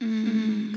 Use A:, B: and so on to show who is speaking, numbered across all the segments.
A: Mm,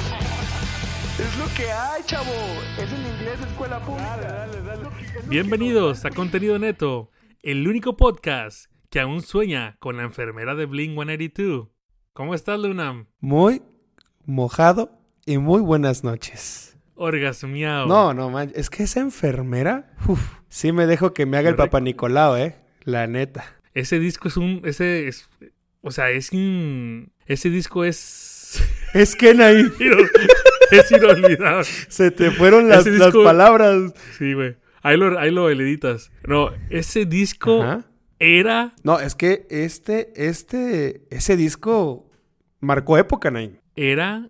B: Es lo que hay, chavo. Es en inglés escuela pública.
C: Bienvenidos a Contenido Neto, el único podcast que aún sueña con la enfermera de Bling 182. ¿Cómo estás, Lunam?
D: Muy mojado y muy buenas noches.
C: Orgasmiao.
D: No, no, man, es que esa enfermera, uf, sí me dejo que me haga el
C: Correcto.
D: papá Nicolau, eh, la neta.
C: Ese disco es un. Ese es. O sea, es. in- ese disco es.
D: Es que ahí
C: es inolvidable.
D: se te fueron las,
C: Ese
D: las
C: disco-
D: palabras.
C: Sí, güey. Ahí lo, ahí lo editas. No, ese disco
D: Ajá.
C: era.
D: No, es que este, este, ese disco marcó época, Nain.
C: Era.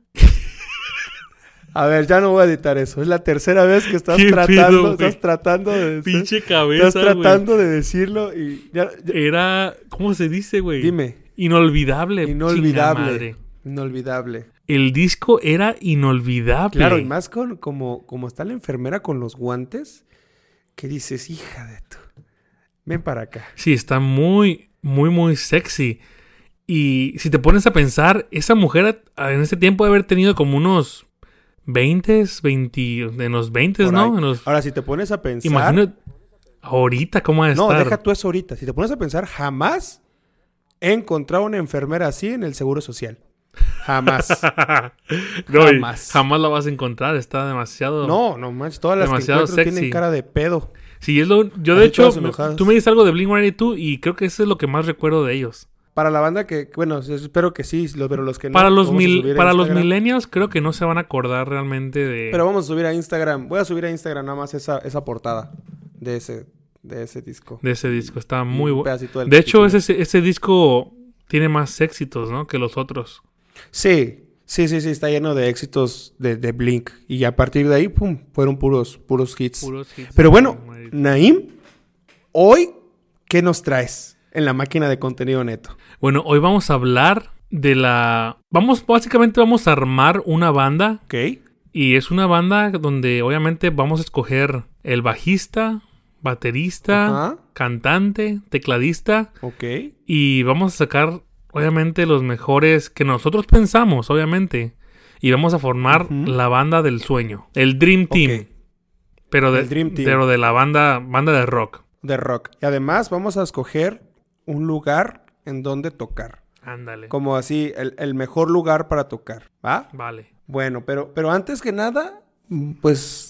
D: A ver, ya no voy a editar eso. Es la tercera vez que estás
C: ¿Qué pedo,
D: tratando,
C: güey?
D: estás tratando de
C: Pinche
D: estás
C: cabeza, güey. Eh,
D: tratando de decirlo y ya- ya-
C: Era. ¿Cómo se dice, güey?
D: dime,
C: Inolvidable. chinga
D: inolvidable,
C: madre.
D: inolvidable.
C: El disco era inolvidable.
D: Claro, y más con como, como está la enfermera con los guantes, que dices, hija de tú, ven para acá.
C: Sí, está muy, muy, muy sexy. Y si te pones a pensar, esa mujer a- en ese tiempo debe haber tenido como unos 20, 20, en los 20,
D: Por
C: Pues ¿no?
D: ahí.
C: En los-
D: Ahora, si te pones a pensar.
C: imagino ahorita cómo va a
D: no,
C: estar.
D: deja tú eso ahorita. Si te pones a pensar, jamás he encontrado una enfermera así en el seguro social. Jamás.
C: No, y jamás.
D: Jamás.
C: la vas a encontrar, está demasiado...
D: no, no manches. Todas las
C: Demasiado
D: que encuentro
C: sexy.
D: tienen cara de pedo.
C: Sí, es lo... Yo de
D: Así
C: hecho,
D: todas
C: me-
D: enojadas.
C: tú me dices algo de Blink-182 y creo que eso es lo que más recuerdo de ellos.
D: Para la banda que, bueno, espero que sí, lo- pero los que no.
C: para los,
D: vamos a subir
C: mil,
D: a
C: para los
D: Instagram.
C: millennials creo que no se van a acordar realmente de...
D: Pero vamos a subir a Instagram. Voy a subir a Instagram nada más esa, esa portada de ese, de ese disco.
C: de ese disco. Está muy
D: Un
C: bueno.
D: pedacito del
C: De hecho,
D: capítulo.
C: ese, ese disco tiene más éxitos, ¿no? Que los otros.
D: Sí, sí, sí, sí, está lleno de éxitos de, de Blink. Y a partir de ahí, pum, fueron puros, puros hits. Pero bueno, Naim, hoy, ¿qué nos traes en la máquina de contenido neto?
C: Bueno, hoy vamos a hablar de la... Vamos, básicamente vamos a armar una banda.
D: ¿Ok?
C: Y es una banda donde obviamente vamos a escoger el bajista, baterista,
D: Ajá.
C: cantante, tecladista.
D: Ok.
C: Y vamos a sacar, obviamente, los mejores que nosotros pensamos, obviamente. Y vamos a formar
D: Ujú.
C: la banda del sueño. El Dream Team.
D: ok,
C: Pero de,
D: El Dream Team.
C: pero de la banda, banda de rock.
D: De rock. Y además vamos a escoger un lugar en donde tocar.
C: Ándale.
D: Como así, el, el mejor lugar para tocar. ¿Va?
C: Vale.
D: Bueno, pero, pero antes que nada, pues...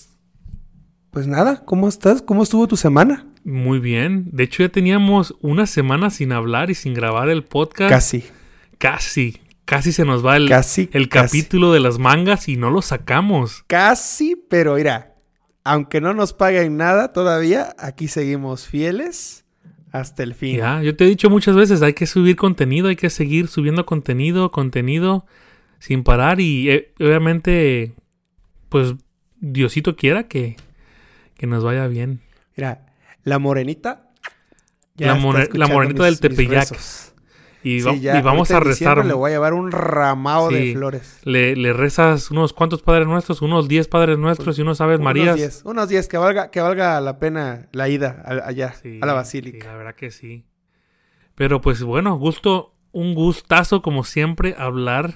D: Pues nada, ¿cómo estás? ¿Cómo estuvo tu semana?
C: Muy bien. De hecho, ya teníamos una semana sin hablar y sin grabar el podcast.
D: Casi.
C: Casi. Casi se nos va el,
D: Casi,
C: el
D: casi.
C: capítulo de las mangas y no lo sacamos.
D: Casi, pero mira, aunque no nos paguen nada todavía, aquí seguimos fieles hasta el fin.
C: Ya, yo te he dicho muchas veces, hay que subir contenido, hay que seguir subiendo contenido, contenido, sin parar. Y eh, obviamente, pues, Diosito quiera que, que nos vaya bien.
D: Mira, la morenita.
C: La
D: está
C: more- la
D: escuchando
C: morenita del Tepeyac.
D: rezos.
C: Y,
D: Sí,
C: va-
D: ya,
C: y vamos a
D: ahorita en diciembre
C: rezar.
D: Le voy a llevar un ramado
C: Sí.
D: de flores.
C: Le, le rezas unos cuantos padres nuestros, unos 10 padres nuestros y unos aves
D: Pues, Unos
C: Pues, marías.
D: 10, unos 10, que valga, que valga la pena la ida a- allá,
C: Sí,
D: a la
C: sí,
D: basílica.
C: la verdad que sí. Pero pues bueno, gusto, un gustazo como siempre hablar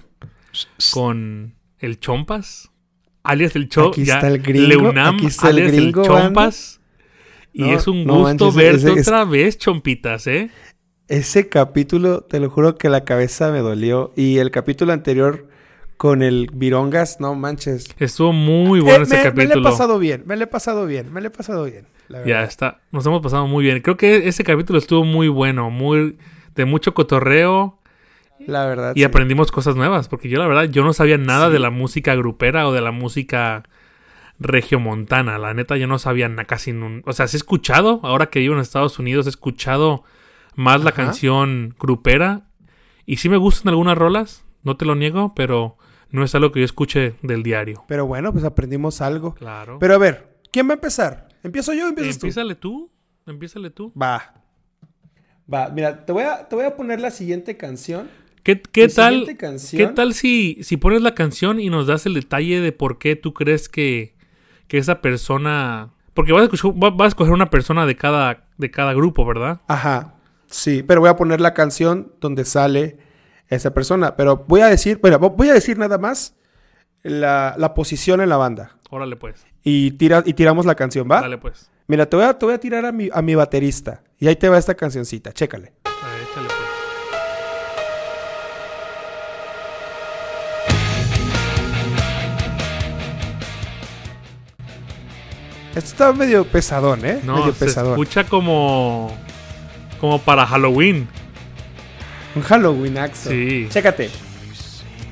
C: con el Chompas, alias el Chompas.
D: Aquí está el gringo, aquí está el gringo,
C: Chompas. Y
D: No,
C: es un
D: no
C: gusto
D: manches,
C: verte
D: ese- ese-
C: otra vez, Chompitas, ¿eh?
D: Ese capítulo, te lo juro que la cabeza me dolió. Y el capítulo anterior con el Virongas, no manches.
C: Estuvo muy bueno
D: Eh,
C: ese
D: me, me
C: capítulo.
D: le he pasado bien, me le he pasado bien, me le he pasado bien. la
C: Ya
D: verdad.
C: está, nos hemos pasado muy bien. Creo que ese capítulo estuvo muy bueno, muy de mucho cotorreo
D: La verdad.
C: y
D: Ah, sí.
C: aprendimos cosas nuevas, porque yo la verdad yo no sabía nada de la música grupera o de la música regiomontana, la neta yo no sabía nada casi, nun- o sea, sí he escuchado, ahora que vivo en Estados Unidos he escuchado más la
D: Ajá.
C: canción grupera y sí me gustan algunas rolas, no te lo niego, pero no es algo que yo escuche del diario.
D: Pero bueno, pues aprendimos algo.
C: Claro.
D: Pero a ver, ¿quién va a empezar? Empiezo yo, o empiezas tú.
C: Empiézale tú. Empiézale tú.
D: Va. Va, mira, te voy a, te voy a poner la siguiente canción.
C: ¿Qué, qué
D: Mi
C: tal,
D: siguiente canción-
C: ¿qué tal si, si pones la canción y nos das el detalle de por qué tú crees que, que esa persona... Porque vas a, escoger, va- vas a escoger una persona de cada, de cada grupo, ¿verdad?
D: Ajá. Sí, pero voy a poner la canción donde sale esa persona. Pero voy a decir, bueno, vo- voy a decir nada más la, la posición en la banda.
C: Órale pues,
D: Y, tira, y tiramos la canción, ¿va?
C: dale pues.
D: Mira, te voy, a, te voy a tirar a mi, a mi baterista. Y ahí te va esta cancioncita, chécale.
C: A ver, échale pues.
D: Esto está medio pesadón, ¿eh?
C: No,
D: medio
C: se
D: pesadón.
C: escucha como... Como para Halloween.
D: Un Halloween Axo.
C: Sí.
D: Chécate.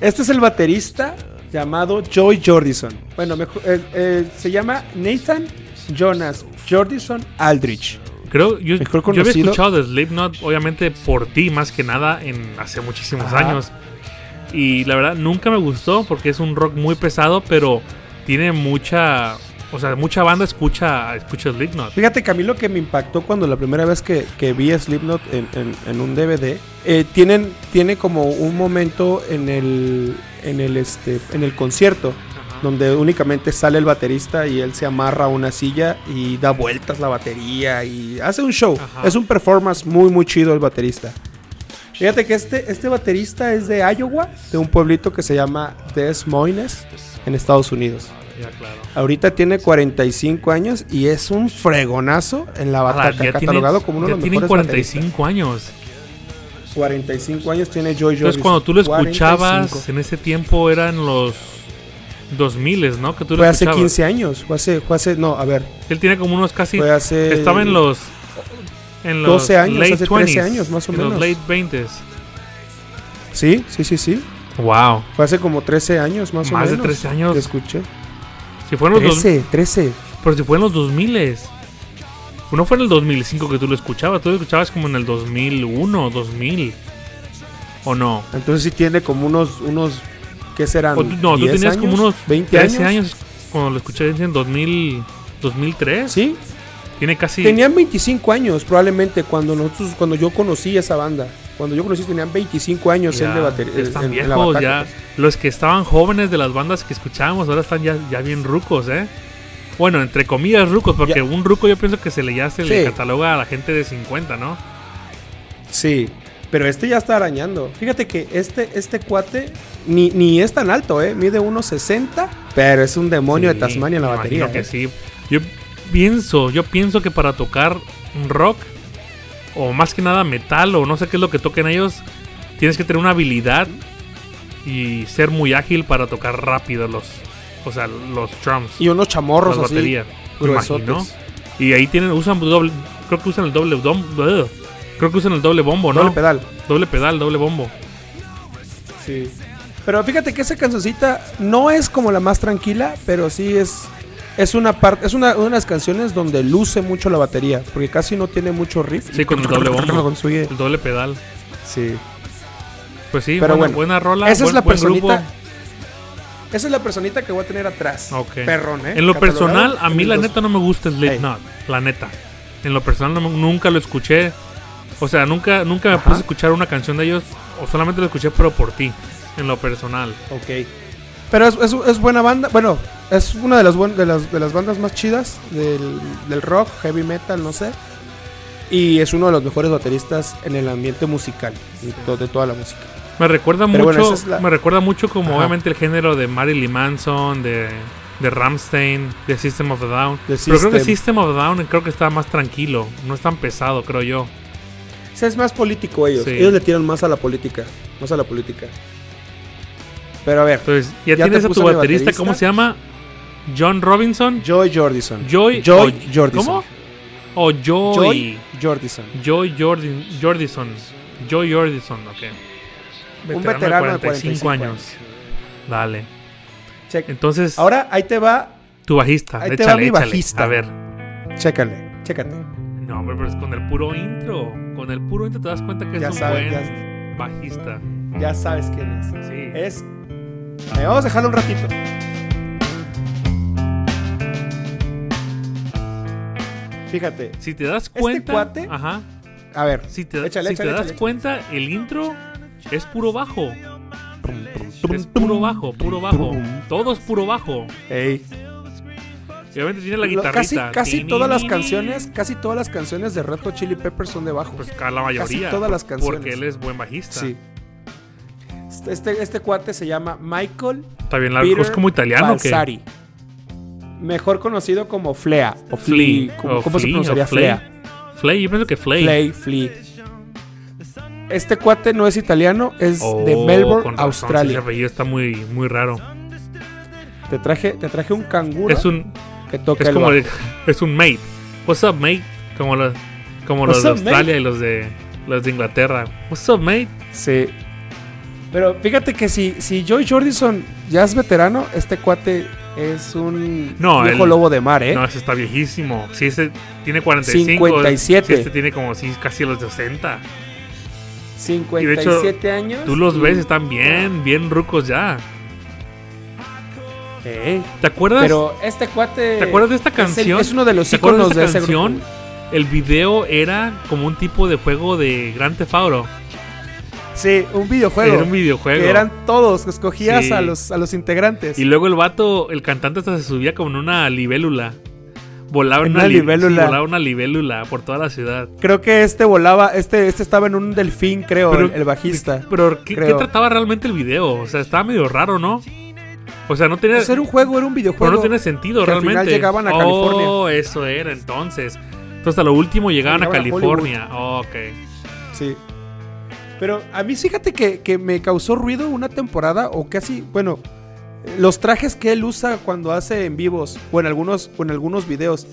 D: Este es el baterista llamado Joy Jordison. Bueno, mejo- eh, eh, se llama Nathan Jonas Jordison Aldrich.
C: Creo, yo,
D: Mejor
C: yo había
D: conocido.
C: escuchado de Slipknot, obviamente por ti más que nada, en hace muchísimos
D: Ajá.
C: años. Y la verdad nunca me gustó porque es un rock muy pesado, pero tiene mucha, o sea, mucha banda escucha, escucha Slipknot.
D: Fíjate que a mí lo que me impactó cuando la primera vez que, que vi Slipknot en, en- en un DVD, eh, tienen, tiene como un momento en el, en el, este, en el concierto donde únicamente sale el baterista y él se amarra a una silla y da vueltas la batería y hace un show.
C: Ajá.
D: Es un performance muy, muy chido el baterista. Fíjate que este, este baterista es de Iowa, de un pueblito que se llama Des Moines, en Estados Unidos.
C: Ya, claro.
D: Ahorita tiene 45 años y es un fregonazo en la
C: Ahora,
D: batalla,
C: ya
D: catalogado
C: tienen-
D: como uno de
C: ya
D: los
C: tienen
D: mejores
C: 45 años.
D: 45 años tiene Joy
C: Entonces, cuando tú lo escuchabas, eh, en ese tiempo eran los 2000, ¿no? Que tú lo
D: Fue hace
C: escuchabas.
D: 15 años, fue hace, fue hace, no, a ver,
C: Él tiene como unos casi
D: fue hace...
C: Estaba en los. En los
D: 12 años,
C: late
D: hace 13
C: 20s,
D: años, más o
C: en
D: menos.
C: los late 20
D: Sí, sí, sí, sí,
C: Wow.
D: fue hace como 13 años más, o
C: Más
D: menos.
C: de 13 años.
D: Lo escuché.
C: Si fue en los dos,
D: 13, 13.
C: pero si fue en los 2000 No fue en el 2005 que tú lo escuchabas. Tú lo escuchabas como en el 2001, 2000. ¿O no?
D: Entonces sí tiene como unos, unos, ¿qué serán?
C: O tú- no, tú
D: 10
C: tenías como
D: Ah, años,
C: unos
D: 20
C: 13 años cuando lo escuché en 2000, 2003.
D: Sí,
C: Tiene casi.
D: Tenían 25 años probablemente cuando nosotros, cuando yo conocí esa banda. Cuando yo conocí tenían 25 años
C: ya,
D: en de batería.
C: ya están
D: en- en la
C: viejos,
D: bataca,
C: ya. Los que estaban jóvenes de las bandas que escuchábamos ahora están ya, ya bien rucos, ¿eh? Bueno, entre comillas rucos, porque
D: Ya.
C: un ruco yo pienso que se le ya se
D: Sí.
C: le cataloga a la gente de 50, ¿no?
D: pues. Sí, pero este ya está arañando. Fíjate que este, este cuate ni, ni es tan alto, ¿eh? Mide 1.60, pero es un demonio
C: Sí,
D: de Tasmania en la
C: me
D: batería.
C: imagino que
D: ¿eh?
C: sí. Yo pienso, yo pienso que para tocar rock o más que nada metal o no sé qué es lo que toquen ellos, tienes que tener una habilidad y ser muy ágil para tocar rápido los, o sea, los drums.
D: Y unos chamorros
C: Las
D: así.
C: baterías, me
D: gruesotes.
C: imagino. Y ahí tienen, usan doble, creo que usan el doble dom- ugh. creo que usan el doble bombo, ¿no?
D: Doble pedal.
C: Doble pedal, doble bombo.
D: Sí. Pero fíjate que esa cancioncita no es como la más tranquila, pero sí es es una parte es una, una de las canciones donde luce mucho la batería, porque casi no tiene mucho riff.
C: Sí, con el doble bombo.
D: Construye.
C: El doble pedal.
D: Sí.
C: Pues sí,
D: Pero
C: buena,
D: bueno,
C: buena rola.
D: esa es
C: buen-
D: la
C: buen
D: personita.
C: grupo.
D: Esa es la personita que voy a tener atrás.
C: Ok.
D: Perrón, ¿eh?
C: En lo
D: Catalogado
C: personal, a mí
D: en
C: la
D: los-
C: neta no me gusta Slipknot. La neta. En lo personal no me- nunca lo escuché. O sea, nunca, nunca me
D: Ajá.
C: puse a escuchar una canción de ellos. O solamente lo escuché, pero por ti. En lo personal.
D: Ok. Pero es, es- es buena banda. Bueno, es una de las, buen- de las, de las bandas más chidas del, del rock, heavy metal, no sé. Y es uno de los mejores bateristas en el ambiente musical, de to- de toda la música.
C: Me recuerda
D: Pero bueno,
C: mucho,
D: esa es la-
C: me recuerda mucho como
D: Ajá.
C: obviamente el género de Marilyn Manson, de, de Ramstein, de System of a Down.
D: The
C: Pero creo que
D: System.
C: System of a Down creo que está más tranquilo, no es tan pesado, creo yo.
D: O sea, es más político ellos.
C: Sí.
D: Ellos le tiran más a la política. Más a la política. Pero a ver,
C: Entonces, ya,
D: Ya te
C: tienes a
D: puse
C: tu
D: mi
C: baterista,
D: baterista.
C: ¿cómo se llama? John Robinson.
D: Joy Jordison.
C: Joy.
D: Joy
C: o-
D: Jordison.
C: ¿Cómo? O Joy.
D: Joy Jordison.
C: Joy Jordi- Jordison. Joy Jordison, ok.
D: Un veterano de 45
C: años. Dale.
D: Checa.
C: Entonces,
D: Ahora ahí te va,
C: tu bajista.
D: ahí te va
C: échale,
D: mi
C: échale.
D: bajista.
C: A ver.
D: chécale, chécate.
C: No, hombre, pero es con el puro intro. Con el puro intro te das cuenta que
D: Ya
C: es un
D: sabes,
C: buen bajista.
D: Ya sabes quién es.
C: Sí.
D: Es. Ahí, vamos a dejarlo un ratito. Fíjate.
C: Si te das
D: Este
C: cuenta.
D: cuate-
C: Ajá.
D: A ver.
C: Si te,
D: échale,
C: si
D: échale,
C: te das
D: échale.
C: cuenta, el intro es puro bajo. Es puro bajo, puro bajo. Todo es puro bajo.
D: Ey.
C: Y obviamente tiene la
D: Lo-
C: guitarrita.
D: casi casi
C: Tin,
D: todas las
C: tin,
D: canciones, casi todas las canciones de Red Hot Chili Peppers son de bajo.
C: Pues ca- la mayoría.
D: Casi todas las canciones.
C: Porque él es buen bajista.
D: sí. Este, este cuate se llama Michael
C: Está bien largo.
D: Peter
C: Es como italiano. que
D: Balsari. Mejor conocido como Flea
C: Flea,
D: o Flea, ¿Cómo,
C: o
D: cómo se
C: Flea,
D: pronunciaría
C: o Flea? Flay, yo pienso que Flay.
D: Flea, Flea. Este cuate no es italiano, es
C: Oh,
D: de
C: con
D: Melbourne,
C: razón,
D: Australia.
C: Ese apellido está muy, muy raro.
D: Te traje, te traje un canguro
C: Es un,
D: que toca
C: es
D: el
C: como,
D: bajo.
C: el- es un mate. What's up, mate? Como los, como los
D: What's
C: de
D: up, mate?
C: Australia y los de, los de Inglaterra. What's up, mate?
D: Sí. Pero fíjate que si, si Joy Jordison ya es veterano, este cuate es un
C: No,
D: viejo
C: el-
D: lobo de mar, ¿eh?
C: No, ese está viejísimo. Si ese tiene 45.
D: 57.
C: Si este tiene como sí, casi los 60. y de
D: 57
C: hecho,
D: años.
C: Tú los
D: y-
C: ves, están bien, bien rucos ya.
D: Ey,
C: ¿Te acuerdas?
D: Pero este cuate.
C: ¿Te acuerdas de esta
D: es el-
C: canción?
D: Es, uno de los
C: ¿Te acuerdas
D: íconos de,
C: de esta
D: ese grupo.
C: canción? El video era como un tipo de juego de Gran Tefauro.
D: Sí, un videojuego.
C: Era un videojuego.
D: Que eran todos, escogías
C: Sí.
D: a, los, a los integrantes.
C: Y luego el vato, el cantante hasta se subía como en una libélula. Volaba
D: En
C: una,
D: una
C: li-
D: libélula.
C: sí, volaba una libélula por toda la ciudad.
D: Creo que este volaba, este, este estaba en un delfín, creo,
C: Pero-
D: el, el bajista.
C: Pero, ¿qué, qué
D: Creo.
C: trataba realmente el video? O sea, estaba medio raro, ¿no? O sea, no tenía,
D: Pues era un juego, era un videojuego.
C: pero no tenía sentido
D: que al
C: realmente.
D: final llegaban a
C: Oh,
D: California. eso
C: eso era entonces. Entonces, hasta lo último llegaban,
D: Llegaban a
C: a California. Oh, ok.
D: Sí. Pero a mí fíjate que, que me causó ruido una temporada o casi, bueno, los trajes que él usa cuando hace en vivos o en algunos, o en algunos videos.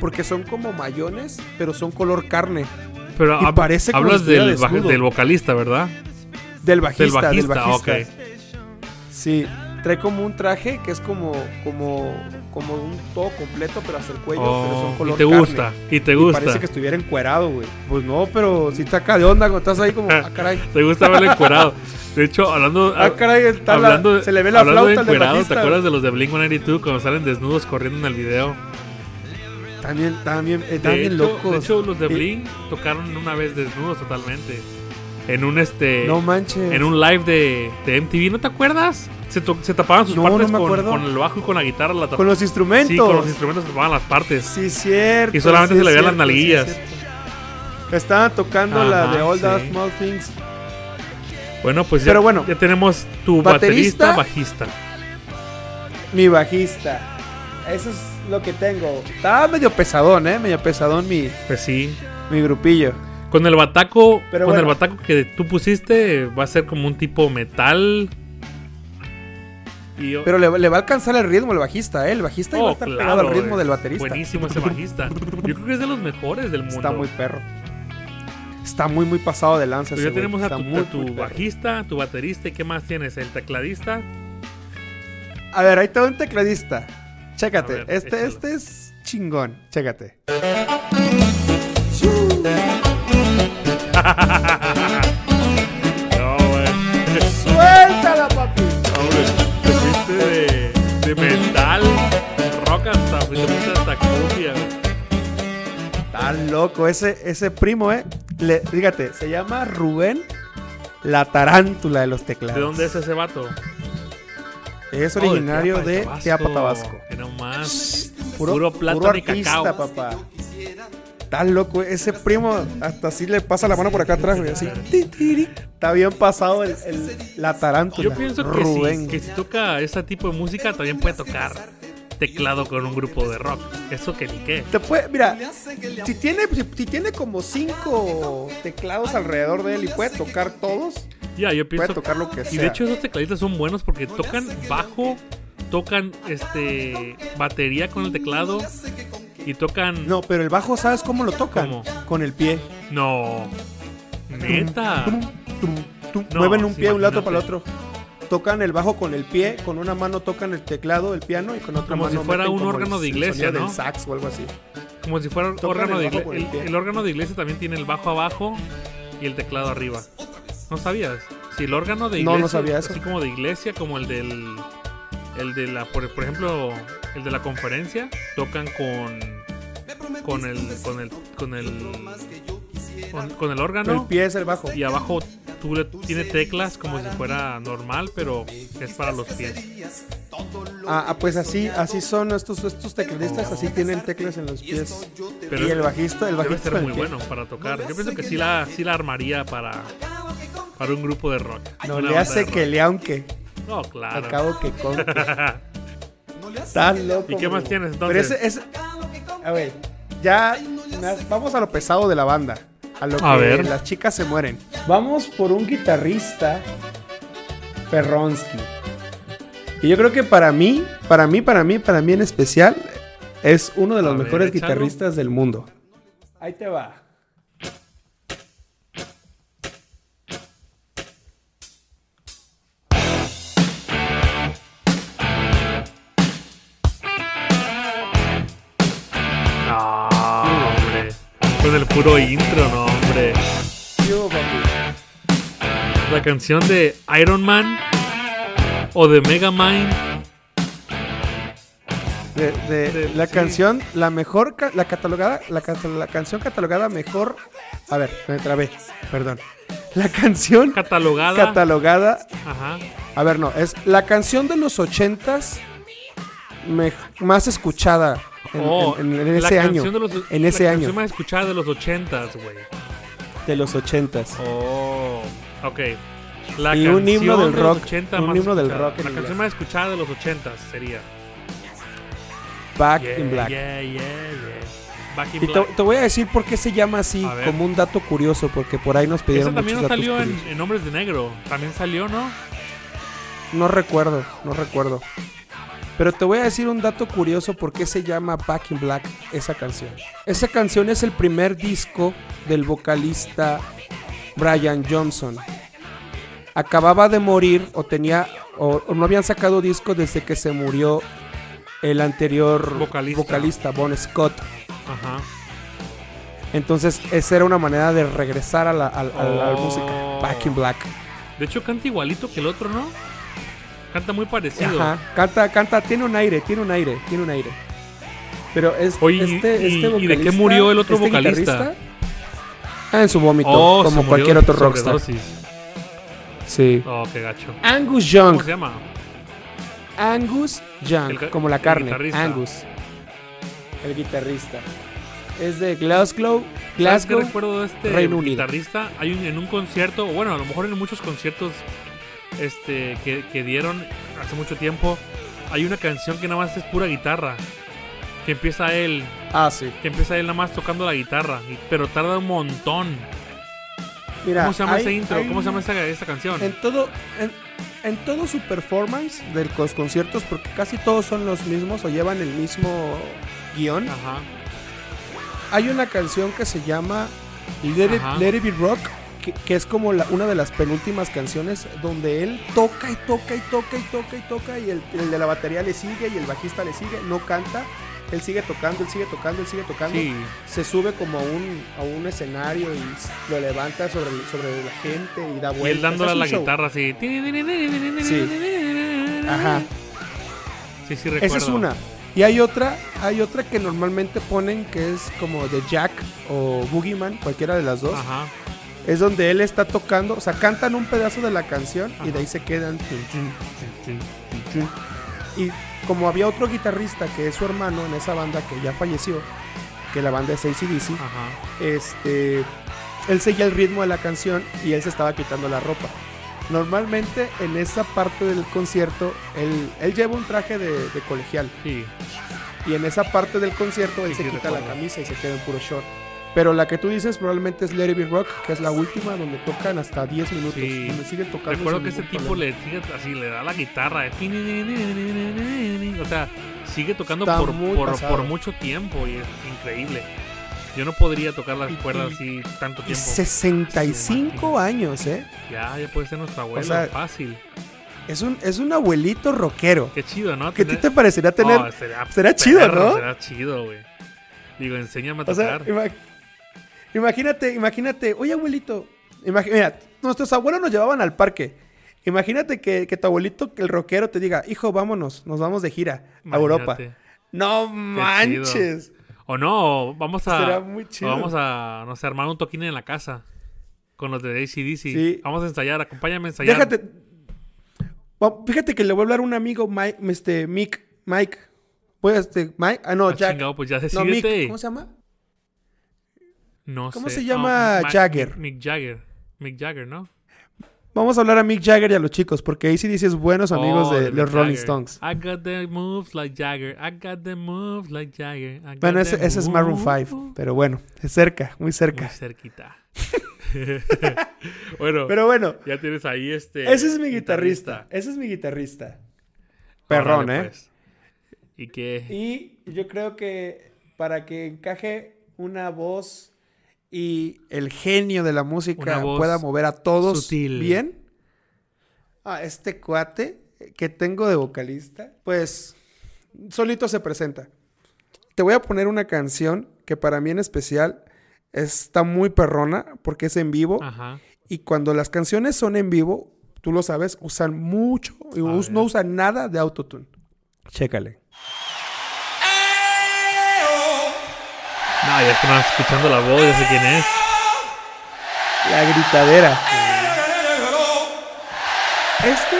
D: Porque son como mayones, pero son color carne.
C: Pero
D: Y
C: hab-
D: parece como si
C: hablas
D: estuviera
C: del, va-
D: desnudo.
C: del vocalista, ¿verdad?
D: Del bajista,
C: Del bajista,
D: bajista.
C: ok.
D: Sí, trae como un traje que es como, como, como un todo completo, pero hasta el cuello, pero
C: Oh,
D: son color
C: y te
D: carne.
C: gusta, y te
D: Y
C: gusta.
D: parece que estuviera encuerado, güey. Pues no, pero si está acá de onda, cuando estás ahí como, ah, caray.
C: Te gusta verlo encuerado. De hecho, hablando,
D: Ah, caray, está la-
C: hablando de-
D: se le ve la
C: hablando
D: flauta al
C: de
D: del
C: encuerados, ¿te
D: bajista.
C: acuerdas de los de Blink-182 cuando salen desnudos corriendo en el video?
D: También, también, eh,
C: De
D: también
C: hecho,
D: locos.
C: de hecho, los de
D: Eh,
C: Blink tocaron una vez desnudos totalmente. En un este...
D: No manches.
C: en un live de, de MTV, ¿no te acuerdas? Se, to- se tapaban sus
D: No,
C: partes
D: no me
C: con,
D: acuerdo.
C: con el bajo y con la guitarra. La tap-
D: Con los instrumentos.
C: sí, con los instrumentos tapaban las partes.
D: Sí, cierto.
C: Y solamente
D: sí,
C: se le veían las
D: cierto, sí,
C: nalguillas.
D: cierto. Estaban tocando la
C: Ajá,
D: de All the
C: sí.
D: Small Things.
C: Bueno, pues ya,
D: Pero bueno,
C: ya tenemos tu
D: baterista-
C: baterista, bajista.
D: Mi bajista. Eso es lo que tengo. Estaba medio pesadón, ¿eh? Medio pesadón mi,
C: Pues sí.
D: mi grupillo.
C: Con el bataco,
D: Pero
C: con el
D: bueno.
C: bataco que tú pusiste va a ser como un tipo metal. Y yo-
D: Pero le, le va a alcanzar el ritmo el bajista, ¿eh? El bajista iba a
C: Oh,
D: estar
C: claro,
D: pegado al ritmo
C: es
D: del baterista.
C: Buenísimo ese bajista. Yo creo que es de los mejores del mundo.
D: Está muy perro. Está muy, muy pasado de lanza.
C: Pero ya
D: ese güey.
C: tenemos a
D: Está
C: tu,
D: muy,
C: a tu
D: muy perro.
C: bajista, tu baterista y qué más tienes, el tecladista.
D: A ver, ahí está un tecladista. Chécate,
C: A ver,
D: este,
C: échalo.
D: este es chingón. Chécate.
C: No, güey.
D: ¡Suéltala, papi!
C: Te fuiste Este de, de metal, rock hasta, te fuiste hasta cumbia.
D: Está loco ese, ese primo, ¿eh? Le, fíjate, se llama Rubén la tarántula de los teclados.
C: ¿De dónde es ese vato?
D: Es
C: Oh, de
D: originario
C: Teapa,
D: de Teapa, Tabasco.
C: Mira más. Puro plátano y cacao.
D: papá. Está loco, eh. ese primo hasta así le pasa la mano por acá atrás, güey. Así. ti, ti, ti. Está bien pasado el, el- la tarántula.
C: Yo pienso que si,
D: Rubén.
C: que si toca ese tipo de música, también puede tocar teclado con un grupo de rock. Eso que ni qué.
D: Te puede, mira, si tiene, si, si tiene como cinco teclados alrededor de él y puede tocar todos,
C: Ya, yo
D: puede
C: pienso.
D: tocar lo que sea.
C: Y de hecho, esos tecladistas son buenos porque tocan bajo, tocan este batería con el teclado y tocan.
D: No, pero el bajo, ¿sabes cómo lo tocan?
C: ¿Cómo?
D: Con el pie.
C: No. Neta.
D: Tum, tum, tum.
C: No,
D: Mueven un
C: sí,
D: pie de un lado
C: imagínate.
D: para el otro. Tocan el bajo con el pie, con una mano tocan el teclado, el piano y con otra
C: Como
D: mano.
C: si fuera
D: meten
C: un
D: como
C: órgano
D: el-
C: de
D: el
C: iglesia,
D: sonido
C: ¿no?
D: del sax o algo así.
C: Como si fuera
D: Tocan
C: órgano de
D: el bajo con el
C: iglesia.
D: pie.
C: El, el órgano de iglesia también tiene el bajo abajo y el teclado arriba. ¿No sabías? Si el órgano de
D: No, no
C: iglesia.
D: sabía eso.
C: Así como de iglesia, como el del. El de la. Por, por ejemplo, el de la conferencia, tocan con. con el con el con el con, con el órgano
D: El pie es el bajo.
C: Ah, y abajo tú le- tiene teclas como si fuera normal, pero es para los pies.
D: Ah, ah, pues así, así son estos, estos tecladistas, así tienen teclas en los pies.
C: Pero
D: y el
C: es-
D: bajista, el
C: debe
D: bajista.
C: ser
D: en
C: muy
D: el pie.
C: bueno para tocar. Yo pienso que sí la sí la armaría para para un grupo de rock.
D: No
C: Una
D: le
C: banda
D: hace
C: de
D: que
C: rock.
D: le aunque,
C: Ah, No, claro.
D: al cabo que con. Estás loco.
C: ¿Y qué más
D: bro.
C: tienes,
D: Pero ese,
C: entonces?
D: ese- A ver, ya nas- vamos a lo pesado de la banda. A lo que
C: A ver.
D: las chicas se mueren. Vamos por un guitarrista, Perronsky. Y yo creo que para mí, para mí, para mí, para mí en especial, es uno de los
C: A ver,
D: mejores
C: échalo.
D: guitarristas del mundo. Ahí te va.
C: No, hombre. Con el puro intro, no, hombre. La canción de Iron Man o de Mega Mind.
D: De, de-
C: Del-
D: la
C: sí.
D: canción, la mejor, ca- la catalogada, la, ca- la canción catalogada mejor. A ver, me trabé, perdón. La canción
C: Catalogada.
D: catalogada.
C: Ajá.
D: A ver, no, es la canción de los ochentas me- más escuchada en,
C: Oh,
D: en- en- en
C: la
D: ese año.
C: canción de los-
D: en ese
C: la
D: año.
C: canción más escuchada de los ochentas, güey.
D: De los ochentas.
C: Oh, ok. La
D: Y un
C: canción
D: himno del
C: de los
D: rock,
C: 80
D: un
C: más
D: himno del
C: escuchada.
D: rock en
C: La canción
D: inglés.
C: más escuchada de los 80 sería.
D: Back
C: Yeah,
D: in Black.
C: yeah, yeah, yeah. Back in
D: Y te,
C: Black.
D: te voy a decir por qué se llama así,
C: A ver.
D: como un dato curioso, porque por ahí nos
C: Esa
D: pidieron
C: también
D: muchos
C: no
D: datos
C: salió en,
D: curiosos.
C: en Hombres de Negro. También salió, ¿no?
D: No recuerdo, no recuerdo. Pero te voy a decir un dato curioso por qué se llama Back in Black esa canción. Esa canción es el primer disco del vocalista Brian Johnson. Acababa de morir o tenía o, o no habían sacado disco desde que se murió el anterior
C: Vocalista.
D: vocalista Bon Scott.
C: Ajá.
D: Entonces esa era una manera de regresar a la, a- a la
C: Oh.
D: música. Back in Black.
C: De hecho, canta igualito que el otro, ¿no? Canta muy parecido.
D: Ajá, canta, canta, tiene un aire, tiene un aire, tiene un aire. Pero es,
C: Oye,
D: este,
C: ¿y-
D: este
C: y- y de
D: vocalista-
C: qué murió el otro
D: este
C: vocalista?
D: guitarrista, Ah, en su vómito,
C: Oh, se
D: como
C: murió
D: cualquier
C: de
D: otro rockstar.
C: sobredosis.
D: Sí.
C: Oh, qué gacho.
D: Angus
C: ¿Cómo
D: Young,
C: se llama?
D: Angus Young,
C: El ca-
D: como la
C: el
D: carne,
C: guitarrista.
D: Angus. El guitarrista. Es de Glasgow,
C: ¿Sabes qué
D: Glasgow.
C: recuerdo de este
D: Reino Unido.
C: guitarrista? Hay un- en un concierto, o bueno, a lo mejor en muchos conciertos este, que, que dieron hace mucho tiempo, hay una canción que nada más es pura guitarra. Que empieza él,
D: Ah, sí.
C: que empieza él nada más tocando la guitarra, y- pero tarda un montón.
D: Mira,
C: ¿Cómo se llama
D: hay-
C: ese intro?
D: hay-
C: ¿Cómo se llama esa, esa canción?
D: En todo, en, en todo su performance de los conciertos, porque casi todos son los mismos o llevan el mismo guión.
C: Ajá.
D: Hay una canción que se llama Let It,
C: Ajá.
D: Let It Be Rock, que, que es como la- una de las penúltimas canciones donde él toca y toca y toca y toca y toca y el, el de la batería le sigue y el bajista le sigue, no canta, él sigue tocando, él sigue tocando, él sigue tocando.
C: Sí.
D: Se sube como a un, a un escenario y s- lo levanta sobre, sobre la gente y da
C: Y
D: vueltas.
C: él dándole a
D: Es un
C: la
D: show.
C: guitarra así.
D: Sí. Ajá.
C: Sí, sí, recuerdo.
D: Esa es una. Y hay otra, hay otra que normalmente ponen que es como de Jack o Boogeyman, cualquiera de las dos.
C: Ajá.
D: Es donde él está tocando, o sea, cantan un pedazo de la canción y
C: Ajá.
D: de ahí se quedan. Y como había otro guitarrista que es su hermano en esa banda que ya falleció, que la banda es ACDC,
C: Ajá.
D: este, él seguía el ritmo de la canción y él se estaba quitando la ropa. Normalmente en esa parte del concierto, él, él lleva un traje de, de colegial.
C: Sí.
D: Y en esa parte del concierto él
C: Sí,
D: se
C: sí,
D: quita
C: recuerdo.
D: la camisa y se queda en puro short. Pero la que tú dices probablemente es Larry B. Rock, que es la última donde tocan hasta 10 minutos.
C: Sí.
D: Y me siguen tocando.
C: Recuerdo
D: sin
C: que ese
D: ningún
C: tipo
D: problema.
C: le sigue así, le da la guitarra. eh, tin, tin, tin, tin, tin, tin, O sea, sigue tocando
D: Está
C: por,
D: muy
C: por,
D: pasado.
C: por mucho tiempo y es increíble. Yo no podría tocar las
D: Y-
C: cuerdas
D: y-
C: así tanto
D: Y
C: tiempo.
D: 65 años, ¿eh?
C: Ya, ya puede ser nuestra abuela,
D: sea,
C: fácil.
D: Es un, es un abuelito rockero.
C: Qué chido, ¿no?
D: Que a ti
C: Tener-
D: te parecería tener.
C: Oh, será,
D: será chido,
C: perro,
D: ¿no?
C: Será chido, güey. Digo, enséñame a
D: o sea,
C: tocar.
D: ima- imagínate, imagínate. Oye, abuelito. imagi- mira, nuestros abuelos nos llevaban al parque. Imagínate que, que tu abuelito, que el rockero, te diga: Hijo, vámonos, nos vamos de gira a Europa.
C: Imagínate.
D: No
C: Qué
D: manches.
C: chido. O no, o vamos a.
D: Será muy chido.
C: o vamos a, no sé, armar un toquín en la casa. Con los de ACDC.
D: Sí.
C: Vamos a ensayar, acompáñame a ensayar.
D: Déjate. Va- Fíjate que le voy a hablar a un amigo, Mike, este, Mick, Mike. Voy a este, Mike, ah, no,
C: Ah,
D: Jack.
C: chingado, pues ya
D: no, Mick,
C: decídete.
D: ¿cómo se llama?
C: No
D: ¿Cómo
C: sé.
D: se llama
C: Ma-
D: Jagger?
C: Mick- Mick Jagger. Mick Jagger, ¿no?
D: Vamos a hablar a Mick Jagger y a los chicos, porque ahí sí dices buenos amigos
C: Oh,
D: de,
C: Mick
D: los Rolling
C: Jagger.
D: Stones.
C: I got the moves like Jagger. I got the moves like Jagger. I got
D: Bueno,
C: the
D: ese, ese es Maroon
C: moves.
D: 5, pero bueno, es cerca, muy cerca.
C: Muy cerquita. bueno,
D: Pero bueno,
C: ya tienes ahí este.
D: ese es mi guitarrista. Ese es mi guitarrista. Perrón,
C: Órale,
D: ¿eh?
C: pues. ¿Y qué?
D: Y yo creo que para que encaje una voz y el genio de la música
C: Una voz
D: pueda mover a todos
C: sutil.
D: bien, a este cuate que tengo de vocalista, pues solito se presenta. Te voy a poner una canción que para mí en especial está muy perrona porque es en vivo
C: Ajá.
D: y cuando las canciones son en vivo, tú lo sabes, usan mucho, y us-
C: ver.
D: no usan nada de autotune. Chécale.
C: No, ya están escuchando la voz, ya sé quién es.
D: La gritadera. Este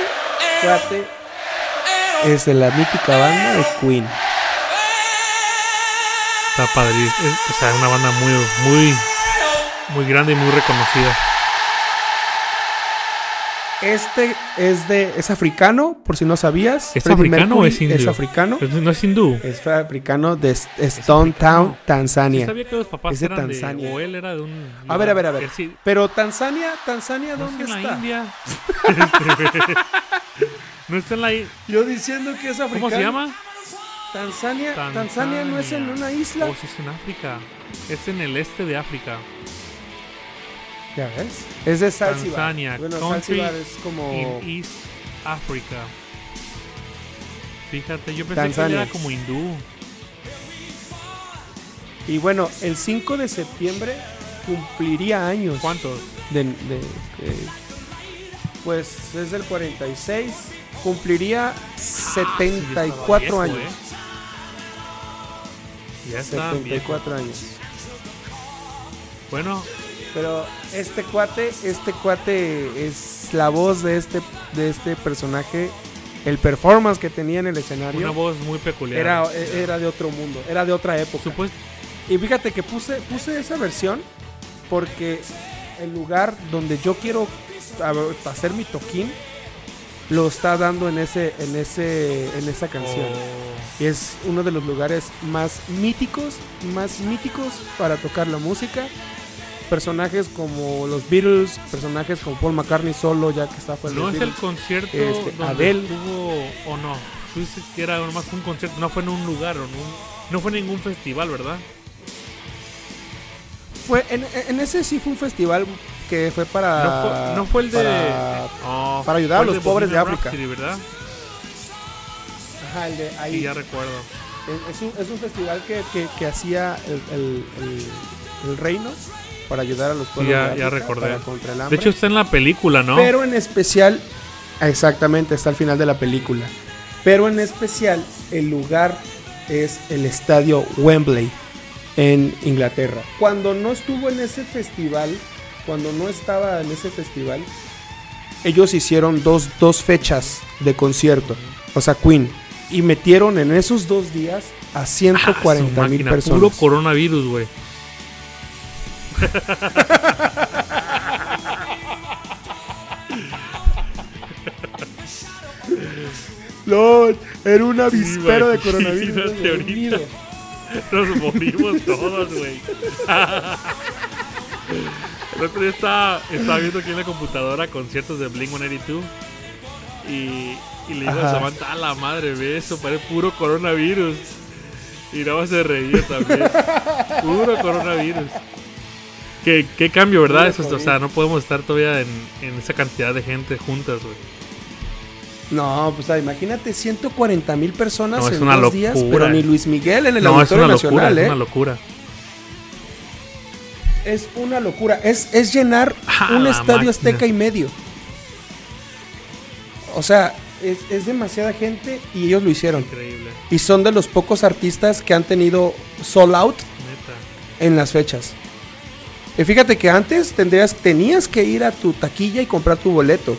D: cuate es de la mítica banda de Queen.
C: Está padrísimo. Es- o sea, una banda muy, muy, muy grande y muy reconocida.
D: Este es de es africano, por si no sabías.
C: ¿Es
D: Freddie
C: africano o
D: Mercury
C: es indio?
D: Es africano.
C: Pues no es hindú.
D: Es africano de S- Stone Town,
C: Yo
D: Tanzania.
C: sabía que los papás
D: Es de
C: eran
D: Tanzania.
C: de. O él era de un.
D: A ver, a ver, a ver.
C: Él sí-
D: Pero Tanzania, Tanzania,
C: no
D: ¿dónde
C: está en
D: está?
C: la India. Este, no está en la. i-
D: Yo diciendo que es africano.
C: ¿Cómo se llama?
D: Tanzania, Tanzania, no es en una isla.
C: Oh, sí, es en África. Es en el este de África.
D: Ya ves. Es de Zanzíbar.
C: Tanzania,
D: Bueno,
C: country
D: Zanzíbar es como
C: In East Africa. Fíjate, yo pensé que
D: Tanzania.
C: él era como hindú.
D: Y bueno, el 5 de septiembre cumpliría años.
C: ¿Cuántos?
D: De, de- eh, pues es del 46. Cumpliría
C: Ah,
D: 74
C: sí, ya estaba viejo, ¿eh? Ya está
D: años. 74 años.
C: Bueno,
D: Pero este cuate, este cuate es la voz de este, de este personaje. El performance que tenía en el
C: una
D: escenario
C: voz muy peculiar.
D: era, eh, era de otro mundo, era de otra época.
C: Supuest-
D: Y fíjate que puse, puse esa versión porque el lugar donde yo quiero a- hacer mi toquín lo está dando en ese en ese en esa canción.
C: Oh,
D: Y es uno de los lugares más míticos, más míticos para tocar la música. Personajes como los Beatles, personajes como Paul McCartney solo, ya que está fuera
C: no
D: de
C: es el
D: los Beatles.
C: concierto
D: Este,
C: donde
D: Adele.
C: estuvo- o no. Tú dices que era nomás un concierto, no fue en un lugar o en un- no fue en ningún festival, ¿verdad?
D: Fue, en, en ese sí fue un festival que fue
C: No
D: para...
C: fue, no fue el de.
D: para-
C: Oh,
D: para ayudar a
C: fue el
D: los pobres de
C: Bohemian
D: África.
C: Rhapsody, ¿verdad?
D: Ajá, el de ahí.
C: Sí, ya recuerdo.
D: Es, es un, es un festival que, que- que hacía el, el- el- el reino para ayudar a los pueblos
C: ya-
D: de
C: ya
D: África,
C: recordé.
D: para contra el
C: De
D: hambre.
C: hecho, está en la película, ¿no?
D: Pero en especial, exactamente, está al final de la película. Pero en especial, el lugar es el estadio Wembley en Inglaterra. Cuando no estuvo en ese festival, cuando no estaba en ese festival, ellos hicieron dos, dos fechas de concierto, o sea, Queen, y metieron en esos dos días a
C: Ah, su
D: 140 mil
C: máquina, Puro
D: personas.
C: coronavirus, güey.
D: LOL, era un
C: avispero de coronavirus
D: güey,
C: reunido. Nos morimos todos, güey. El otro día estaba, estaba viendo aquí en la computadora conciertos de Blink 182 y, y le digo
D: Ajá.
C: a Samantha, a la madre, ve eso, parece puro coronavirus. Y nada más se reía también. puro coronavirus. ¿Qué, qué cambio, ¿verdad?
D: Puro
C: Eso, es- o
D: COVID.
C: sea, no podemos estar todavía en, en esa cantidad de gente juntas, güey.
D: No, pues ah, imagínate 140 mil personas
C: No, es
D: en
C: una
D: dos días,
C: locura.
D: pero ni Luis Miguel en el
C: No, es
D: Auditorio
C: una locura,
D: Nacional,
C: es
D: ¿eh?
C: una locura.
D: Es una locura. Es, es llenar
C: Ah,
D: un
C: la
D: estadio
C: máquina.
D: azteca y medio. O sea, es, es demasiada gente y ellos lo hicieron.
C: Increíble,
D: Y son de los pocos artistas que han tenido sold out
C: neta.
D: en las fechas. Y fíjate que antes tendrías, tenías que ir a tu taquilla y comprar tu boleto.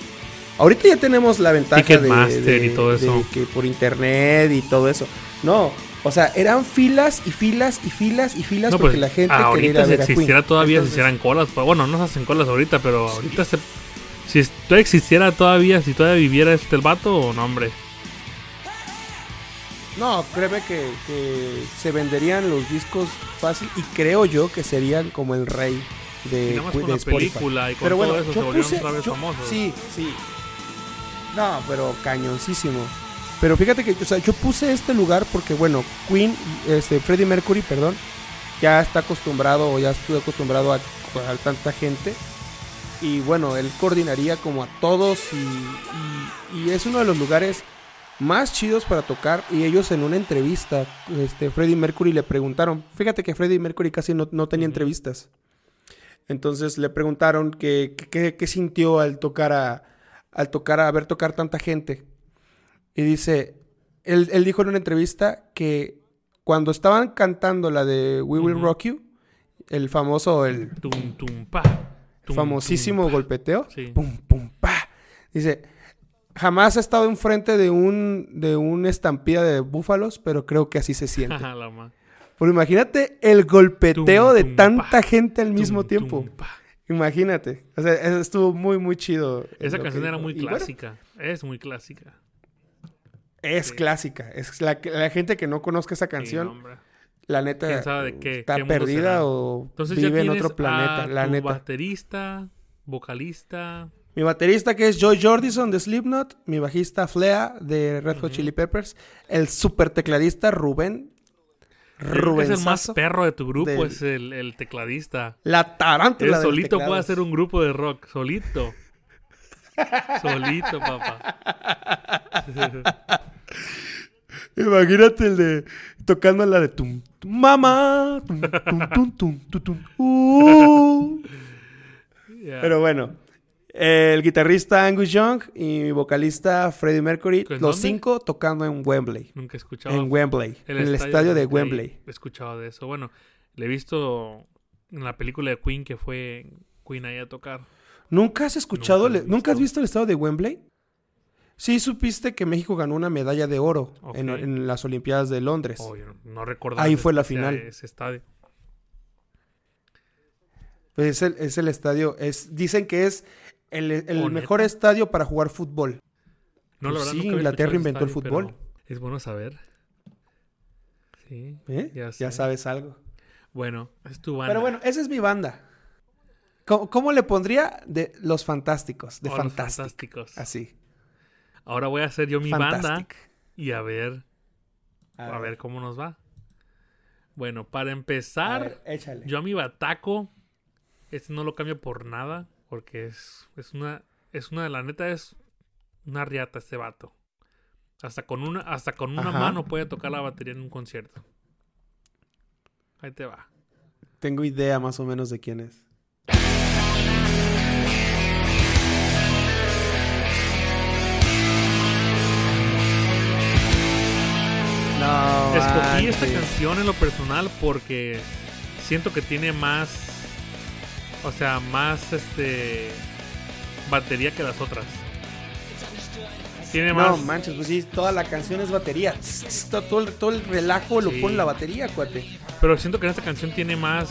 D: Ahorita ya tenemos la ventaja de-
C: Ticketmaster
D: de-
C: y todo
D: de
C: eso.
D: que por internet y todo eso. No, o sea, eran filas y filas y filas y filas
C: No,
D: porque
C: pues,
D: la gente quería ir
C: ahorita
D: a
C: si
D: ver a Queen.
C: existiera todavía,
D: Entonces,
C: se hicieran colas. pero Bueno, no se hacen colas ahorita, pero ahorita se, si es- todavía existiera todavía, si todavía viviera este el vato, o no, hombre.
D: No, créeme que, que se venderían los discos fácil y creo yo que serían como el rey
C: Y
D: de,
C: nada más
D: Eh, de
C: con la
D: Spotify.
C: película y con
D: pero bueno,
C: todo eso se
D: yo
C: volvieron
D: puse-
C: otra vez
D: yo-
C: famosos.
D: Sí, sí. No, pero cañoncísimo. Pero fíjate que, o sea, yo puse este lugar porque, bueno, Queen, este, Freddie Mercury, perdón, ya está acostumbrado o ya estuvo acostumbrado a, a tanta gente. Y bueno, él coordinaría como a todos y, y- y es uno de los lugares más chidos para tocar. Y ellos en una entrevista, este, Freddie Mercury le preguntaron, fíjate que Freddie Mercury casi no, no tenía entrevistas. Entonces le preguntaron qué que, que- qué sintió al tocar a, al tocar a ver tocar tanta gente. Y dice, él, él dijo en una entrevista que cuando estaban cantando la de We Will
C: Ujú.
D: Rock You, el famoso, el
C: Tum, tum, pa. Tum,
D: famosísimo
C: tum, pa.
D: golpeteo,
C: Sí.
D: pum, pum, pa. Dice, jamás he estado enfrente de un, de una estampida de búfalos, pero creo que así se siente.
C: Ajá, la ma-
D: Pero imagínate el golpeteo
C: Tum,
D: de
C: tum,
D: tanta
C: pa.
D: gente al mismo
C: Tum,
D: tiempo.
C: tum, pa.
D: Imagínate. O sea, eso estuvo muy, muy chido.
C: Esa
D: Lo
C: canción
D: que
C: era
D: dijo.
C: muy
D: Y bueno,
C: clásica. Es muy clásica.
D: es clásica. Es la, que- la gente que no conozca esa
C: Sí,
D: canción,
C: no, hombre.
D: la neta, uh,
C: ¿Quién sabe de qué-
D: está
C: qué mundo
D: perdida
C: será?
D: o
C: Entonces ya
D: vive en
C: tienes
D: otro planeta.
C: a
D: la
C: tu
D: neta.
C: baterista, vocalista.
D: Mi baterista que es Joy Jordison de Slipknot, mi bajista Flea de Red Hot Chili Peppers, el super tecladista Rubén.
C: Yo creo que
D: Rubén
C: es el más perro de tu grupo,
D: del-
C: es el, el tecladista.
D: La tarántula.
C: Él
D: de los
C: solito puede
D: teclados.
C: hacer un grupo de rock, solito. solito, papá.
D: Imagínate el de tocando la de tum, tum, mamá, tum, tum, tum, tum, tum, tum, uh.
C: Ya.
D: Pero bueno, el guitarrista Angus Young y mi vocalista Freddie Mercury,
C: ¿En
D: los
C: dónde?
D: cinco tocando en Wembley.
C: Nunca he escuchado
D: En Wembley, en el estadio de Wembley.
C: He escuchado de eso. Bueno, le he visto en la película de Queen que fue Queen ahí a tocar.
D: ¿Nunca has escuchado,
C: Nunca lo
D: le-
C: he
D: nunca has
C: visto.
D: visto el estado de Wembley? Sí, supiste que México ganó una medalla de oro en,
C: Ok.
D: en las Olimpiadas de Londres.
C: Oh, yo no, no recuerdo.
D: Ahí
C: dónde
D: fue la
C: sea
D: final.
C: Ese estadio.
D: Pues es, el, es el estadio, es, dicen que es el, el
C: ¿O
D: mejor estadio para jugar fútbol.
C: No, la
D: Pues
C: verdad,
D: sí,
C: nunca había
D: Inglaterra
C: escuchado
D: inventó el
C: estadio,
D: fútbol.
C: pero Es bueno saber. Sí.
D: ¿eh?
C: Ya sé.
D: Ya, sabes algo.
C: Bueno, es tu banda.
D: Pero bueno, esa es mi banda. ¿Cómo, cómo le pondría de Los Fantásticos? De
C: Oh, los
D: Fantastic.
C: fantásticos.
D: Así.
C: Ahora voy a hacer yo mi banda
D: Fantastic.
C: y a ver, a, ver. cómo nos va. Bueno, para
D: a
C: empezar,
D: ver, échale.
C: yo a mi bataco, este no lo cambio por nada, porque es, es una, es una, la neta es una riata este vato. Hasta con una, hasta con una
D: Ajá.
C: mano puede tocar la batería en un concierto. Ahí te va.
D: Tengo idea más o menos de quién es. No.
C: Escogí
D: manches.
C: esta canción en lo personal porque siento que tiene más, o sea, más este batería que las otras. Tiene
D: No
C: más.
D: manches, pues sí, toda la canción es batería. Tss, tss, to- Todo el, todo el relajo lo
C: Sí.
D: pone la batería, cuate.
C: Pero siento que en esta canción tiene más.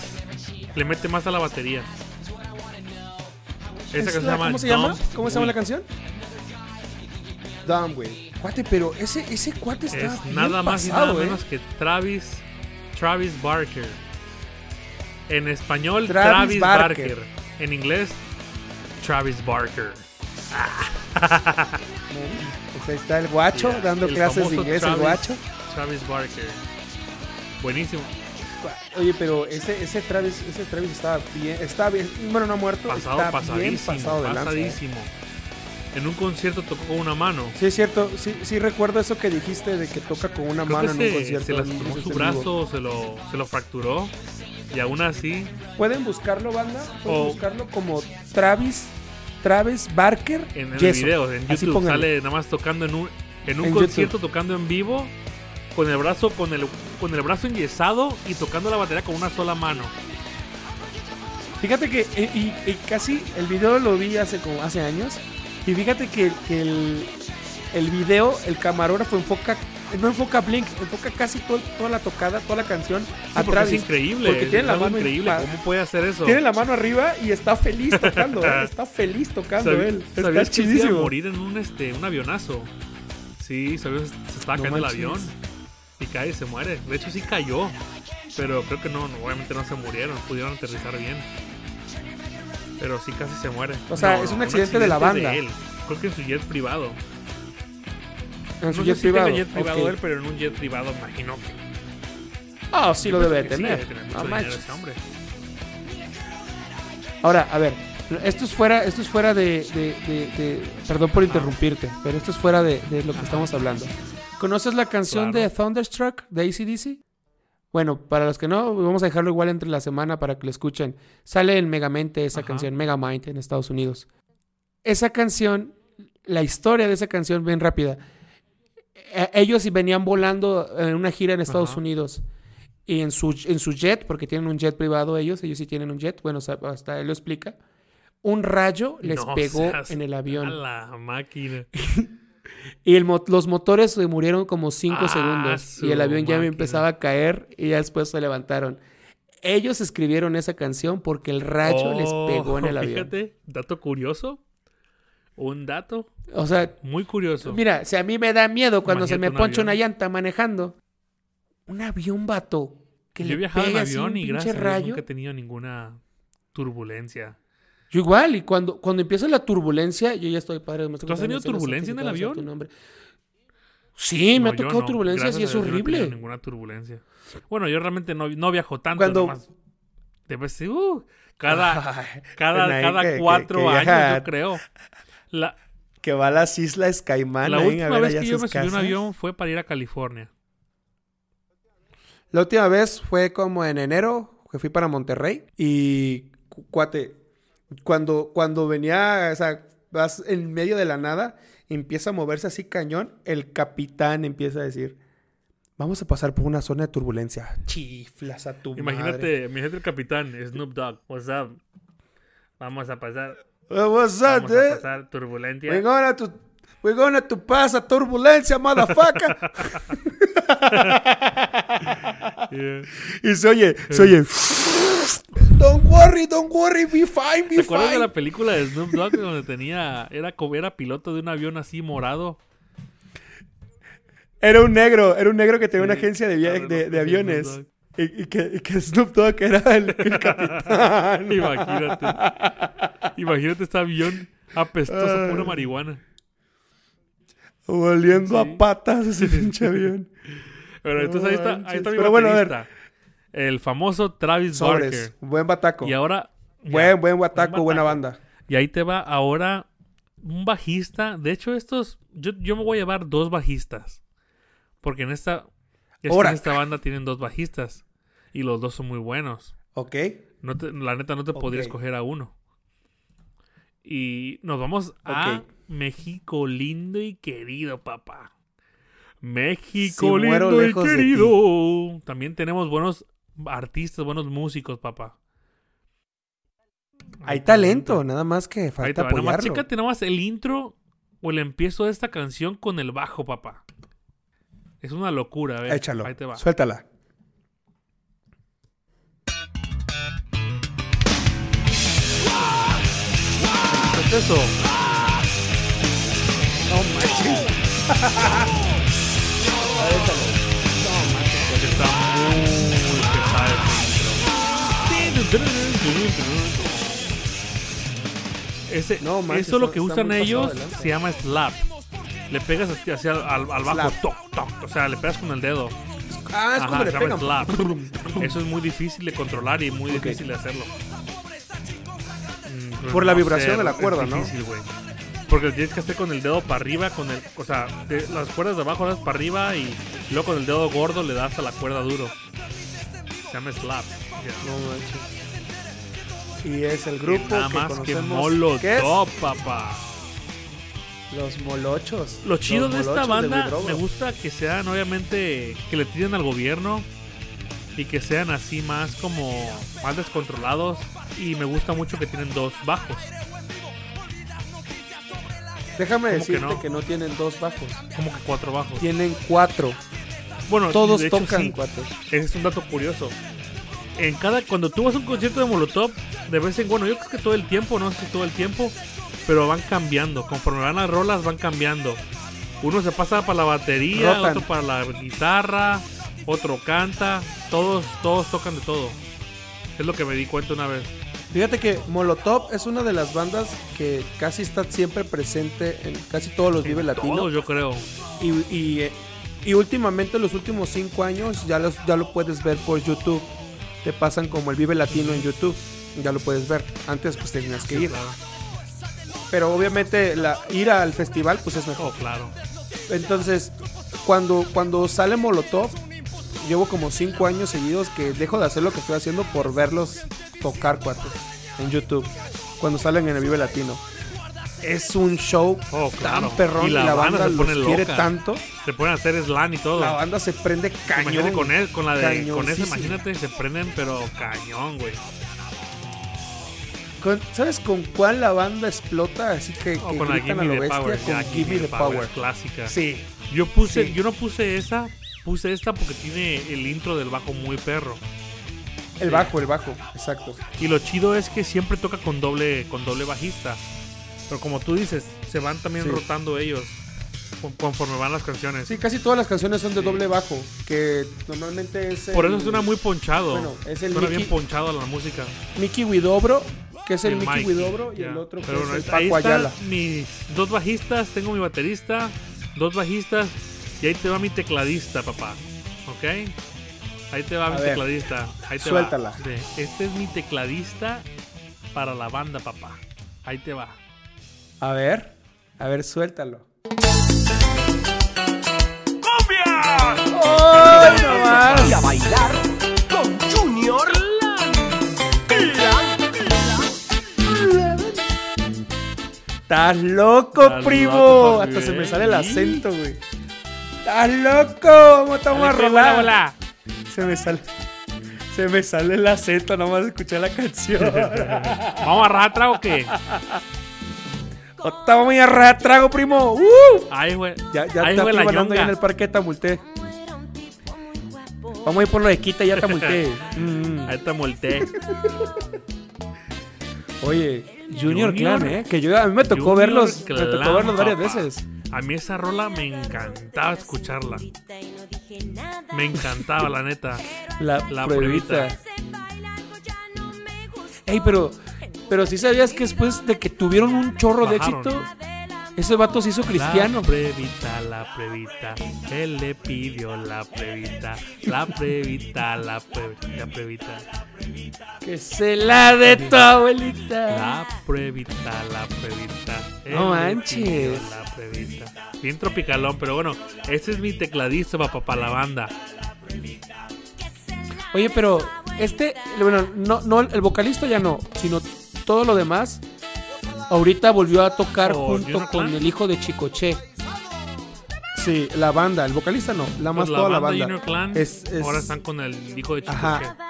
C: Le mete más a la batería. Esta
D: ¿Es
C: canción se
D: la-
C: llama
D: ¿Cómo se llama?
C: Dumb
D: ¿Cómo se llama la
C: Wheel.
D: canción? Dumb, güey. Cuate, pero ese, ese cuate está
C: Es
D: bien
C: nada más y
D: pasado,
C: nada
D: ¿eh?
C: menos que Travis. Travis Barker. En español, Travis,
D: Travis
C: Barker.
D: Barker.
C: En inglés, Travis Barker.
D: Pues ahí está el guacho
C: Yeah,
D: dando
C: el
D: clases de
C: famoso
D: inglés, el
C: Travis-
D: guacho.
C: Travis Barker. Buenísimo.
D: Oye, pero ese, ese Travis, ese Travis estaba bien, está bien, bueno, no ha muerto,
C: Pasado,
D: está bien
C: pasadísimo.
D: pasado de lanza. ¿eh?
C: pasadísimo. En un concierto tocó con una mano.
D: Sí, es cierto, sí, sí recuerdo eso que dijiste de que toca con una
C: Creo
D: mano
C: que
D: en un
C: se-
D: concierto.
C: se
D: en-
C: lastimó
D: en
C: su
D: vivo.
C: brazo, se lo, se lo fracturó. Y aún así,
D: Pueden buscarlo, banda, pueden
C: O-
D: buscarlo como Travis Travis Barker.
C: En el
D: Yeso.
C: video, en
D: Así
C: YouTube
D: pónganle.
C: sale nada más tocando en un, en un
D: En
C: concierto, tocando en vivo, con el brazo, con el, con el brazo enyesado y tocando la batería con una sola mano.
D: Fíjate que eh, y, y casi el video lo vi hace como hace años y fíjate que, que el, el video, el camarógrafo enfoca no enfoca a Blink, enfoca casi todo- toda la tocada, toda la canción
C: Sí,
D: a
C: porque
D: Travis.
C: es increíble.
D: Porque tiene
C: es
D: la
C: algo
D: mano
C: increíble.
D: pa-
C: ¿Cómo puede hacer eso?
D: Tiene la mano arriba y está feliz tocando, ¿eh? está feliz tocando
C: Sabi-
D: él. Está
C: ¿Sabías que se iba a
D: chidísimo.
C: morir en un, este, un avionazo? Sí, sabías, se estaba
D: No
C: cayendo
D: manches.
C: el avión. Y cae, se muere. De hecho, sí cayó. Pero creo que no, no, obviamente no se murieron. Pudieron aterrizar bien. Pero sí casi se muere.
D: O sea,
C: No,
D: es un
C: no,
D: accidente de la banda.
C: él. Creo que en su jet privado.
D: En su
C: no
D: jet
C: sé
D: Ah, privado.
C: si tenga jet privado
D: ok.
C: él, pero en un jet privado, imagino que. pues,
D: Ah, sí lo debe de
C: que sí,
D: tener. este
C: mucho
D: No
C: dinero
D: manches.
C: ese hombre.
D: Ahora, a ver, esto es fuera, esto es fuera de, de- de- de- perdón por interrumpirte, pero esto es fuera de, de lo que estamos hablando. ¿Conoces la canción
C: Claro.
D: de Thunderstruck de ACDC? Bueno, para los que no, vamos a dejarlo igual entre la semana para que lo escuchen. Sale en Megamente esa
C: Ajá.
D: canción, Megamind en Estados Unidos. Esa canción, la historia de esa canción, bien rápida. Eh, Ellos venían volando en una gira en Estados
C: Ajá.
D: Unidos y en su, en su jet, porque tienen un jet privado ellos, ellos sí tienen un jet, bueno, o sea, hasta él lo explica, un rayo les
C: No
D: pegó
C: seas-
D: en el
C: A
D: avión.
C: la máquina.
D: Y el mo- los motores se murieron como 5
C: Ah,
D: segundos
C: su
D: y el avión ya me
C: máquina.
D: empezaba a caer y ya después se levantaron. Ellos escribieron esa canción porque el rayo les
C: Oh,
D: pegó en el avión.
C: Fíjate, dato curioso. Un dato
D: O sea,
C: muy curioso.
D: mira, si a mí me da miedo cuando se me
C: Imagínate un
D: poncha una
C: avión.
D: llanta manejando, un avión vato que
C: Yo
D: le
C: he viajado en
D: pegue así
C: avión
D: un
C: y
D: pinche
C: gracias a Dios
D: rayo.
C: nunca he tenido ninguna turbulencia.
D: Yo igual, y cuando, cuando empieza la turbulencia, yo ya estoy padre. me estoy
C: ¿Tú has tenido
D: contando los
C: turbulencia en el
D: significados de
C: avión?
D: tu nombre. Sí,
C: No,
D: me ha
C: yo
D: tocado
C: no.
D: turbulencia
C: Gracias
D: y
C: a
D: es
C: Dios no he tenido
D: horrible.
C: ninguna turbulencia. Bueno, yo realmente no, no viajo tanto.
D: Cuando-
C: nomás. De vez uh, cada,
D: Ay,
C: cada,
D: Naim,
C: cada
D: que- que-
C: cuatro
D: que
C: años,
D: viaja-
C: yo creo. La,
D: Que va a las Islas Caimán.
C: la
D: Naim, a
C: última
D: ver
C: vez
D: allá
C: que yo
D: sus
C: me subí a un
D: casas.
C: avión fue para ir a California.
D: La última vez fue como en enero, que fui para Monterrey. Y, cu- cuate, cuando, cuando venía, o sea, vas en medio de la nada, empieza a moverse así cañón, el capitán empieza a decir, vamos a pasar por una zona de turbulencia. Chiflas a tu madre.
C: Imagínate, mi gente el capitán, Snoop Dogg. What's up? Vamos a pasar,
D: Eh, What's
C: vamos
D: up,
C: a
D: dude?
C: pasar turbulencia.
D: We're gonna to, we're gonna to pass a turbulencia, motherfucker.
C: Yeah.
D: y se oye, se oye. don't worry, don't worry, be fine,
C: ¿Te
D: be
C: acuerdas de
D: fine.
C: la película de Snoop Dogg donde tenía era como era piloto de un avión así morado?
D: Era un negro, era un negro que tenía una
C: Sí,
D: agencia de, via-
C: claro,
D: de,
C: no,
D: de
C: sí,
D: aviones.
C: Snoop Dogg.
D: Y, y que, y que Snoop Dogg era el, el capitán.
C: Imagínate. Imagínate este avión apestoso a pura marihuana.
D: Volviendo a patas ese pinche avión.
C: Pero
D: No
C: entonces ahí está, ahí está mi
D: manches. Pero bueno, a ver.
C: baterista. El famoso Travis
D: Sobres.
C: Barker.
D: Buen bataco.
C: Y ahora
D: Buen, buen bataco,
C: buen
D: buena
C: bataco.
D: banda.
C: Y ahí te va ahora un bajista. De hecho, estos. Yo, yo me voy a llevar dos bajistas. Porque en esta. es que
D: Ahora.
C: en esta banda tienen dos bajistas. Y los dos son muy buenos.
D: Ok.
C: No te- la neta, no te podría
D: Ok.
C: escoger a uno. Y nos vamos a
D: Ok.
C: México lindo y querido, papá.
D: Si
C: México
D: muero
C: lindo y
D: lejos de ti.
C: querido. También tenemos buenos artistas, buenos músicos, papá.
D: Hay talento, nada más que
C: Ahí te
D: falta
C: va, nomás
D: apoyarlo.
C: chécate nomás el intro o el empiezo de esta canción con el bajo, papá. Es una locura, a ver.
D: Échalo.
C: Ahí te va.
D: Suéltala.
C: ¿Qué es eso?
D: No manches.
C: Porque está muy pesado ese intro. Ese,
D: No, manches,
C: eso lo
D: está-
C: que
D: está
C: usan
D: muy pasado
C: ellos
D: de lanza.
C: se llama slap. Le pegas así hacia al, al bajo,
D: Slap.
C: toc, toc, o sea, le pegas con el dedo.
D: Ah, es como
C: Ajá,
D: le
C: se llama
D: pegan.
C: slap. Eso es muy difícil de controlar y muy difícil de hacerlo. Mm,
D: Por la vibración de la
C: es
D: cuerda, ¿no?
C: difícil, güey. Porque tienes que hacer con el dedo para arriba, con el, o sea, de- las cuerdas de abajo las para arriba y luego con el dedo gordo le das a la cuerda duro. Se llama slap.
D: No manches. Y es el grupo
C: Nada
D: que
C: más que
D: conocemos que es
C: Molotov, papá.
D: Los Molochos.
C: Lo chido
D: Los
C: de esta
D: Molochos de
C: banda,
D: Widrow.
C: me gusta que sean, obviamente, que le tiren al gobierno y que sean así más como más descontrolados. Y me gusta mucho que tienen dos bajos.
D: Déjame
C: que
D: decirte que
C: no?
D: no? tienen dos bajos.
C: Como que cuatro bajos.
D: Tienen cuatro.
C: Bueno,
D: Todos
C: de hecho,
D: tocan
C: sí.
D: cuatro.
C: Ese es un dato curioso. En cada, cuando tú vas a un concierto de Molotov, de vez en cuando, yo creo que todo el tiempo, no sé si todo el tiempo, pero van cambiando. Conforme van las rolas, van cambiando. Uno se pasa para la batería,
D: Rotan.
C: otro para la guitarra, otro canta. Todos, todos tocan de todo. Es lo que me di cuenta una vez.
D: Fíjate que Molotov es una de las bandas que casi está siempre presente en casi todos los Vive
C: Todos,
D: Latinos.
C: yo creo.
D: Y, y, eh, y últimamente, los últimos cinco años, ya, los, ya lo puedes ver por YouTube. Te pasan como el Vive Latino en YouTube. Ya lo puedes ver. Antes, pues tenías que ir.
C: Claro.
D: Pero obviamente, la, ir al festival, pues es mejor.
C: Oh, claro.
D: Entonces, cuando, cuando sale Molotov, llevo como 5 años seguidos que dejo de hacer lo que estoy haciendo por verlos tocar cuatro en YouTube. Cuando salen en el Vive Latino. Es un show
C: Oh, claro.
D: tan perrón y la, banda,
C: se pone
D: los quiere
C: loca.
D: tanto.
C: Se pueden hacer slam y todo.
D: La banda se prende cañón.
C: Imagínate con él, con la de con ese,
D: Cañoncísimo.
C: imagínate, se prenden pero cañón, güey.
D: Con- ¿Sabes con cuál la banda explota? Así que,
C: O
D: que
C: con la
D: gritan
C: Gimme
D: a lo
C: the
D: bestia,
C: Power,
D: con
C: ya,
D: Give Me the Power.
C: clásica.
D: Sí,
C: Yo puse,
D: Sí.
C: yo no puse esa, puse esta porque tiene el intro del bajo muy perro.
D: el bajo, el bajo, exacto.
C: Y lo chido es que siempre toca con doble, con doble bajista. Pero como tú dices, se van también
D: Sí.
C: rotando ellos con- conforme van las canciones.
D: Sí, casi todas las canciones son de doble bajo, que normalmente es...
C: Por eso
D: el-
C: suena muy ponchado.
D: Bueno, es el
C: suena
D: Mickey-
C: bien ponchado la música.
D: Mickey Widobro, que es el,
C: El
D: Mickey
C: Mikey,
D: Widobro, y
C: ya.
D: el otro que
C: Pero
D: es
C: bueno,
D: el
C: ahí
D: Paco
C: están
D: Ayala.
C: mis dos bajistas, tengo mi baterista, dos bajistas, y ahí te va mi tecladista, papá. ¿Ok? Ahí te va
D: A
C: mi
D: ver,
C: tecladista. Ahí te
D: suéltala.
C: va. Sí, Este es mi tecladista para la banda, papá. Ahí te va.
D: A ver, a ver, suéltalo.
A: ¡Cumbia!
D: ¡Ay, no
A: Y a
D: más!
A: bailar con Junior Lan.
D: ¡Estás loco,
C: Estás
D: primo!
C: loco, papi,
D: Hasta se me
C: ¿eh?
D: sale el
C: Sí.
D: acento, güey. ¡Estás loco! ¿Cómo estamos a
C: Dale, pues,
D: rolar?
C: bola,
D: Se me sale... Se me sale el acento nomás de escuchar la canción.
C: bola. ¿Vamos a rajar trago o qué?
D: ¡Estamos muy a rajar trago, primo! ¡Uh!
C: Ahí, güey.
D: Ya, ya
C: Ahí,
D: te
C: güey, la
D: hablando ahí en
C: ñonga.
D: el parque, tamulté. Vamos a ir por lo de quita, ya tamulté. Mm.
C: Ahí te molté.
D: Oye, Junior,
C: Junior.
D: Clan, ¿eh? Que yo, a mí me tocó
C: Junior
D: verlos, me
C: Clan,
D: tocó verlos varias
C: papá.
D: veces.
C: A mí esa rola me encantaba escucharla. Me encantaba, la neta.
D: La,
C: La
D: pruebita.
C: pruebita.
D: Ey, pero, pero sí sabías que después de que tuvieron un chorro
C: Bajaron.
D: de éxito, ese vato se hizo cristiano.
C: La previta, la previta, él le pidió la previta, la previta, la previta, la previta,
D: Que se la de tu abuelita.
C: la previta, la previta. él
D: No
C: le
D: manches.
C: pidió La previta. Bien tropicalón, pero bueno, ese es mi tecladista papá para la banda.
D: Oye, pero este, bueno, no, no, el vocalista ya no, sino todo lo demás. Ahorita volvió a tocar
C: Oh,
D: junto
C: Junior
D: con
C: Clan.
D: el hijo de Chicoche. Sí, la banda, el vocalista no, la más
C: Pues
D: toda la banda.
C: Junior Clan
D: Es- es-
C: ahora están con el hijo de Chico.
D: Ajá.
C: Che.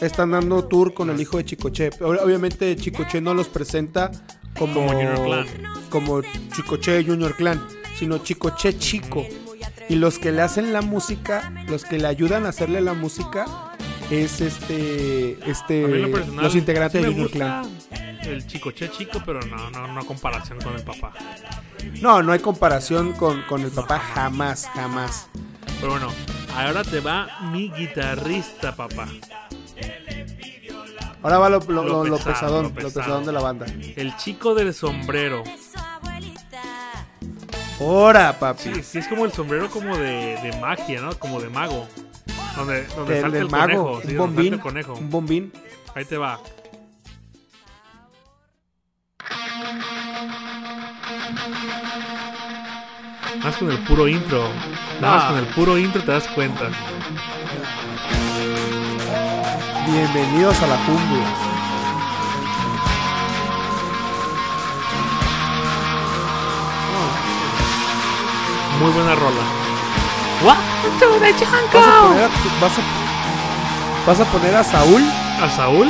D: están dando tour con el hijo de Chicoche. Ob- Obviamente Chicoche no los presenta como,
C: Como Junior Clan.
D: como Chicoche Junior Clan, sino Chicoche Chico. Y los que le hacen la música, los que le ayudan a hacerle la música es este este
C: A mí en lo personal,
D: los integrantes
C: sí
D: de
C: me
D: Junior
C: gusta
D: Clan.
C: El Chico Che chico, pero no, no, no comparación con el papá.
D: No, no hay comparación con, con el papá jamás, jamás.
C: Pero bueno, ahora te va mi guitarrista, papá.
D: Ahora va lo, lo-
C: Lo
D: lo- lo
C: pesado,
D: pesadón,
C: lo
D: lo pesadón,
C: pesado.
D: de la banda.
C: El chico del sombrero.
D: Ahora, papi.
C: Sí, sí es como el sombrero como de, de magia, ¿no? Como de mago. Donde, donde
D: Del,
C: salta
D: del
C: el
D: mago,
C: conejo. sí, donde
D: un
C: salta
D: bombín,
C: el conejo.
D: un bombín.
C: Ahí te va. Más con el puro intro. Nada más
D: Ah.
C: con el puro intro te das cuenta.
D: Bienvenidos a la cumbia.
C: muy buena rola. Welcome to the
D: ¿Vas a, poner
C: jungle.
D: a tu- vas a- vas a poner a Saúl?
C: ¿A Saúl?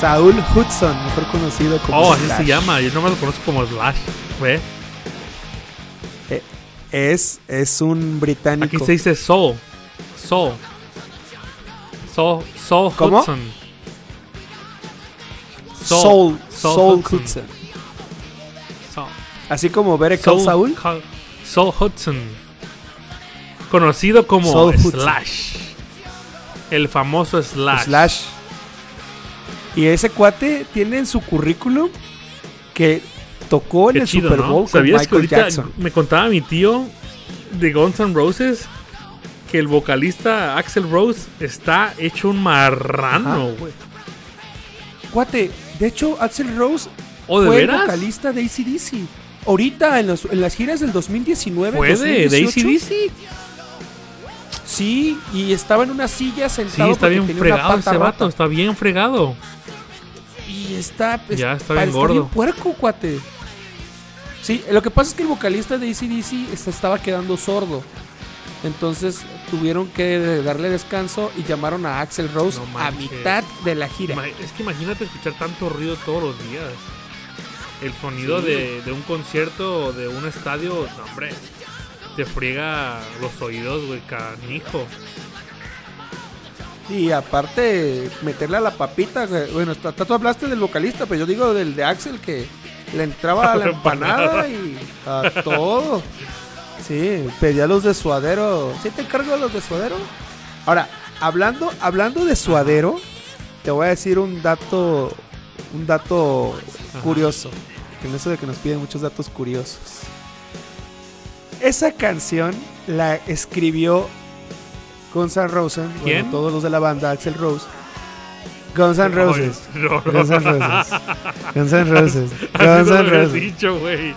D: Saúl Hudson, mejor conocido como
C: Oh, así
D: Slash.
C: se llama. Yo nomás lo conozco como Slash. ¿Ve?
D: Eh, Es, es un británico.
C: Aquí se dice Soul. Soul. Soul, Soul
D: ¿Cómo?
C: Hudson.
D: Saul,
C: Saul- Saul
D: Saul
C: Hudson.
D: Hudson.
C: Soul.
D: Así como Better Call Saul.
C: Hu- Saul Hudson. Conocido como
D: Saul Hudson.
C: Slash. El famoso Slash.
D: Slash. Y ese cuate tiene en su currículum que tocó en
C: Qué
D: el
C: chido,
D: Super
C: ¿no?
D: Bowl con
C: ¿Sabías que
D: Michael
C: ahorita
D: Jackson.
C: me contaba mi tío de Guns N' Roses que el vocalista Axel Rose está hecho un marrano, güey?
D: Ah, Cuate, de hecho, Axel Rose
C: ¿O de
D: fue el
C: veras?
D: vocalista de ACDC. Ahorita, en, los- en las giras del 2019.
C: ¿Fue de, de
D: 2018,
C: ACDC?
D: Sí, y estaba en una silla
C: Sí,
D: sentado.
C: está
D: porque
C: bien
D: tenía una
C: fregado
D: pata
C: ese vato,
D: rota.
C: está bien fregado.
D: Y está. pues,
C: Ya, está
D: pa-
C: bien gordo.
D: puerco, cuate. Sí, lo que pasa es que el vocalista de ACDC se estaba quedando sordo. Entonces tuvieron que darle descanso y llamaron a Axel Rose
C: No
D: a
C: manches.
D: mitad de la gira.
C: Ima- Es que imagínate escuchar tanto ruido todos los días. El sonido
D: Sí.
C: de, de un concierto o de un estadio, no, hombre, te friega los oídos, güey, canijo.
D: Y aparte, meterle a la papita. güey. Bueno, hasta- hasta tú hablaste del vocalista, pero yo digo del de Axel que le entraba a la
C: La empanada.
D: empanada y a todo. Sí, pedía los de suadero. ¿Sí te encargo los de suadero? Ahora, hablando, hablando de suadero, te voy a decir un dato, un dato
C: Ajá.
D: curioso. En eso de que nos piden muchos datos curiosos. Esa canción la escribió Guns N' Roses, bueno,
C: ¿Quién?
D: todos los de la banda, Axel Rose. Guns N' Roses.
C: Ay, no, no.
D: Guns N' Roses. Guns N' Roses.
C: Así no
D: Guns
C: lo
D: N'
C: hubieras
D: Roses.
C: dicho, güey.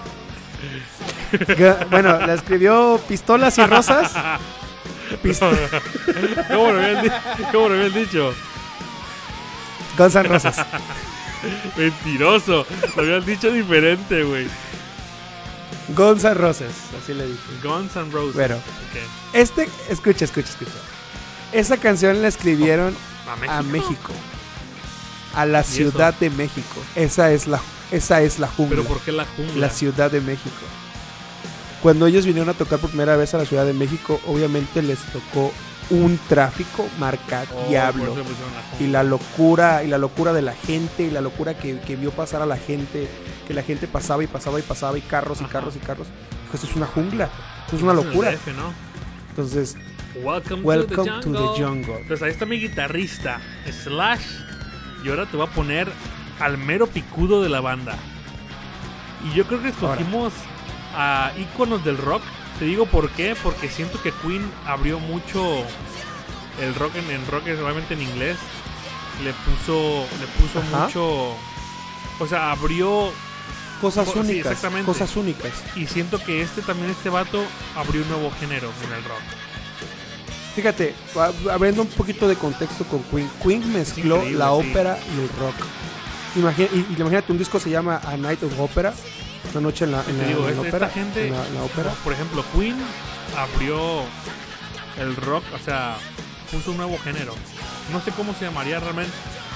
D: Gu- Bueno, la escribió Pistolas y Rosas. Pist-
C: ¿Cómo lo habían, di- cómo lo habían dicho?
D: Guns N' Roses.
C: Mentiroso. Lo habían dicho diferente, güey.
D: Guns N' Roses. Así le dije.
C: Guns N' Roses.
D: Bueno,
C: Ok.
D: este. Escucha, escucha, escucha. Esa canción la escribieron
C: ¿A Oh, México?
D: a México. A la
C: eso?
D: Ciudad de México. Esa es la, esa es la jungla.
C: ¿Pero por qué la jungla?
D: la Ciudad de México. Cuando ellos vinieron a tocar por primera vez a la Ciudad de México, obviamente les tocó un tráfico marca
C: Oh, por
D: diablo.
C: eso le pusieron la
D: Y
C: jungla.
D: la locura, y la locura de la gente, y la locura que, que vio pasar a la gente, que la gente pasaba y pasaba y pasaba, y carros y
C: Ajá.
D: carros y carros. Dijo, esto es una jungla, esto es una
C: en el
D: locura.
C: DF, ¿no?
D: Entonces,
C: Welcome,
D: welcome
C: to the jungle.
D: jungle.
C: Entonces ahí está mi guitarrista, Slash. Y ahora te voy a poner al mero picudo de la banda. Y yo creo que escogimos a íconos del rock. Te digo por qué, porque siento que Queen abrió mucho el rock en, en rock, realmente en inglés. Le puso, le puso
D: Ajá.
C: mucho. O sea, abrió
D: Cosas
C: Co- sí,
D: únicas,
C: exactamente.
D: cosas únicas.
C: y siento que este también, este vato, abrió un nuevo género en el rock.
D: Fíjate, ab- abriendo un poquito de contexto con Queen. Queen mezcló
C: increíble,
D: la
C: sí.
D: ópera y el rock. Imagi- y, y imagínate, un disco se llama A Night of Opera, una noche en la, en
C: Te
D: la-
C: digo,
D: en la
C: esta,
D: ópera.
C: esta gente,
D: en la- en la ópera.
C: por ejemplo, Queen abrió el rock, o sea, puso un nuevo género. No sé cómo se llamaría realmente.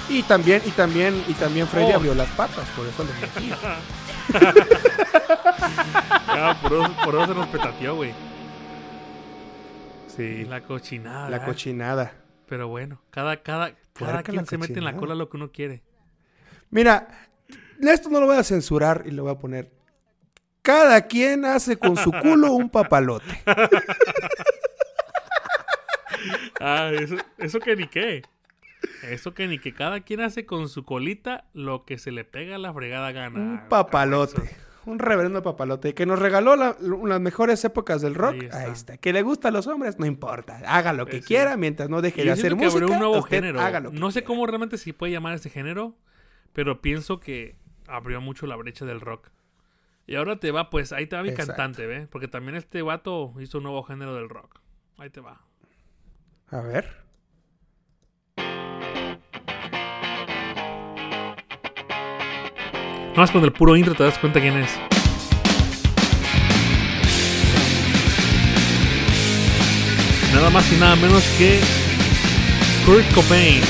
D: Y también, y también, y también Freddy
C: Oh.
D: abrió las patas, por eso lo decía. Ah,
C: Ya, por, eso, por eso se nos petateó, güey. Sí. La cochinada. ¿eh?
D: La cochinada.
C: Pero bueno, cada, cada, cada
D: Puerca la
C: quien se mete en la
D: cochinada.
C: cola lo que uno quiere.
D: Mira, esto no lo voy a censurar y lo voy a poner. Cada quien hace con su culo un papalote.
C: Ah, eso, eso que ni qué. Eso que ni que cada quien hace con su colita lo que se le pega a la fregada gana.
D: Un papalote. Un reverendo papalote que nos regaló la- las mejores épocas del rock.
C: Ahí
D: Ahí
C: está. Pues
D: está. Que le gusta a los hombres, no importa. Haga lo que
C: Sí.
D: quiera mientras no deje
C: Y
D: de
C: yo siento
D: hacer
C: que abrió
D: música.
C: un nuevo
D: usted
C: género.
D: haga lo que
C: no sé
D: quiera.
C: cómo realmente se puede llamar ese género, pero pienso que abrió mucho la brecha del rock. Y ahora te va, pues, ahí te va mi
D: Exacto.
C: cantante, ¿ve? Porque también este vato hizo un nuevo género del rock. Ahí te va.
D: A ver.
C: Nomás con el puro intro te das cuenta quién es. nada más y nada menos que Kurt Cobain.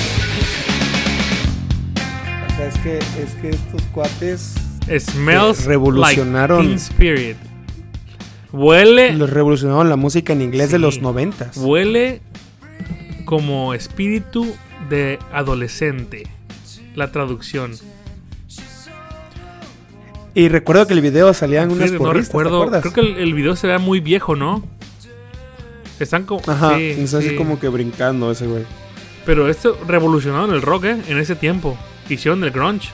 D: O sea, es que, es que estos cuates
C: Smells
D: Que revolucionaron-
C: like Teen Spirit. Huele,
D: los revolucionaron la música en inglés de
C: Sí.
D: los noventas.
C: huele como espíritu de adolescente. La traducción.
D: Y recuerdo que el video salían unas
C: Fíjate, no
D: porristas, ¿te
C: recuerdo.
D: acuerdas?
C: Creo que el, el video se vea muy viejo, ¿no? Están como.
D: Ajá,
C: sí,
D: es así
C: sí.
D: como que brincando ese güey.
C: Pero esto revolucionaron el rock, ¿eh? En ese tiempo. Hicieron el grunge.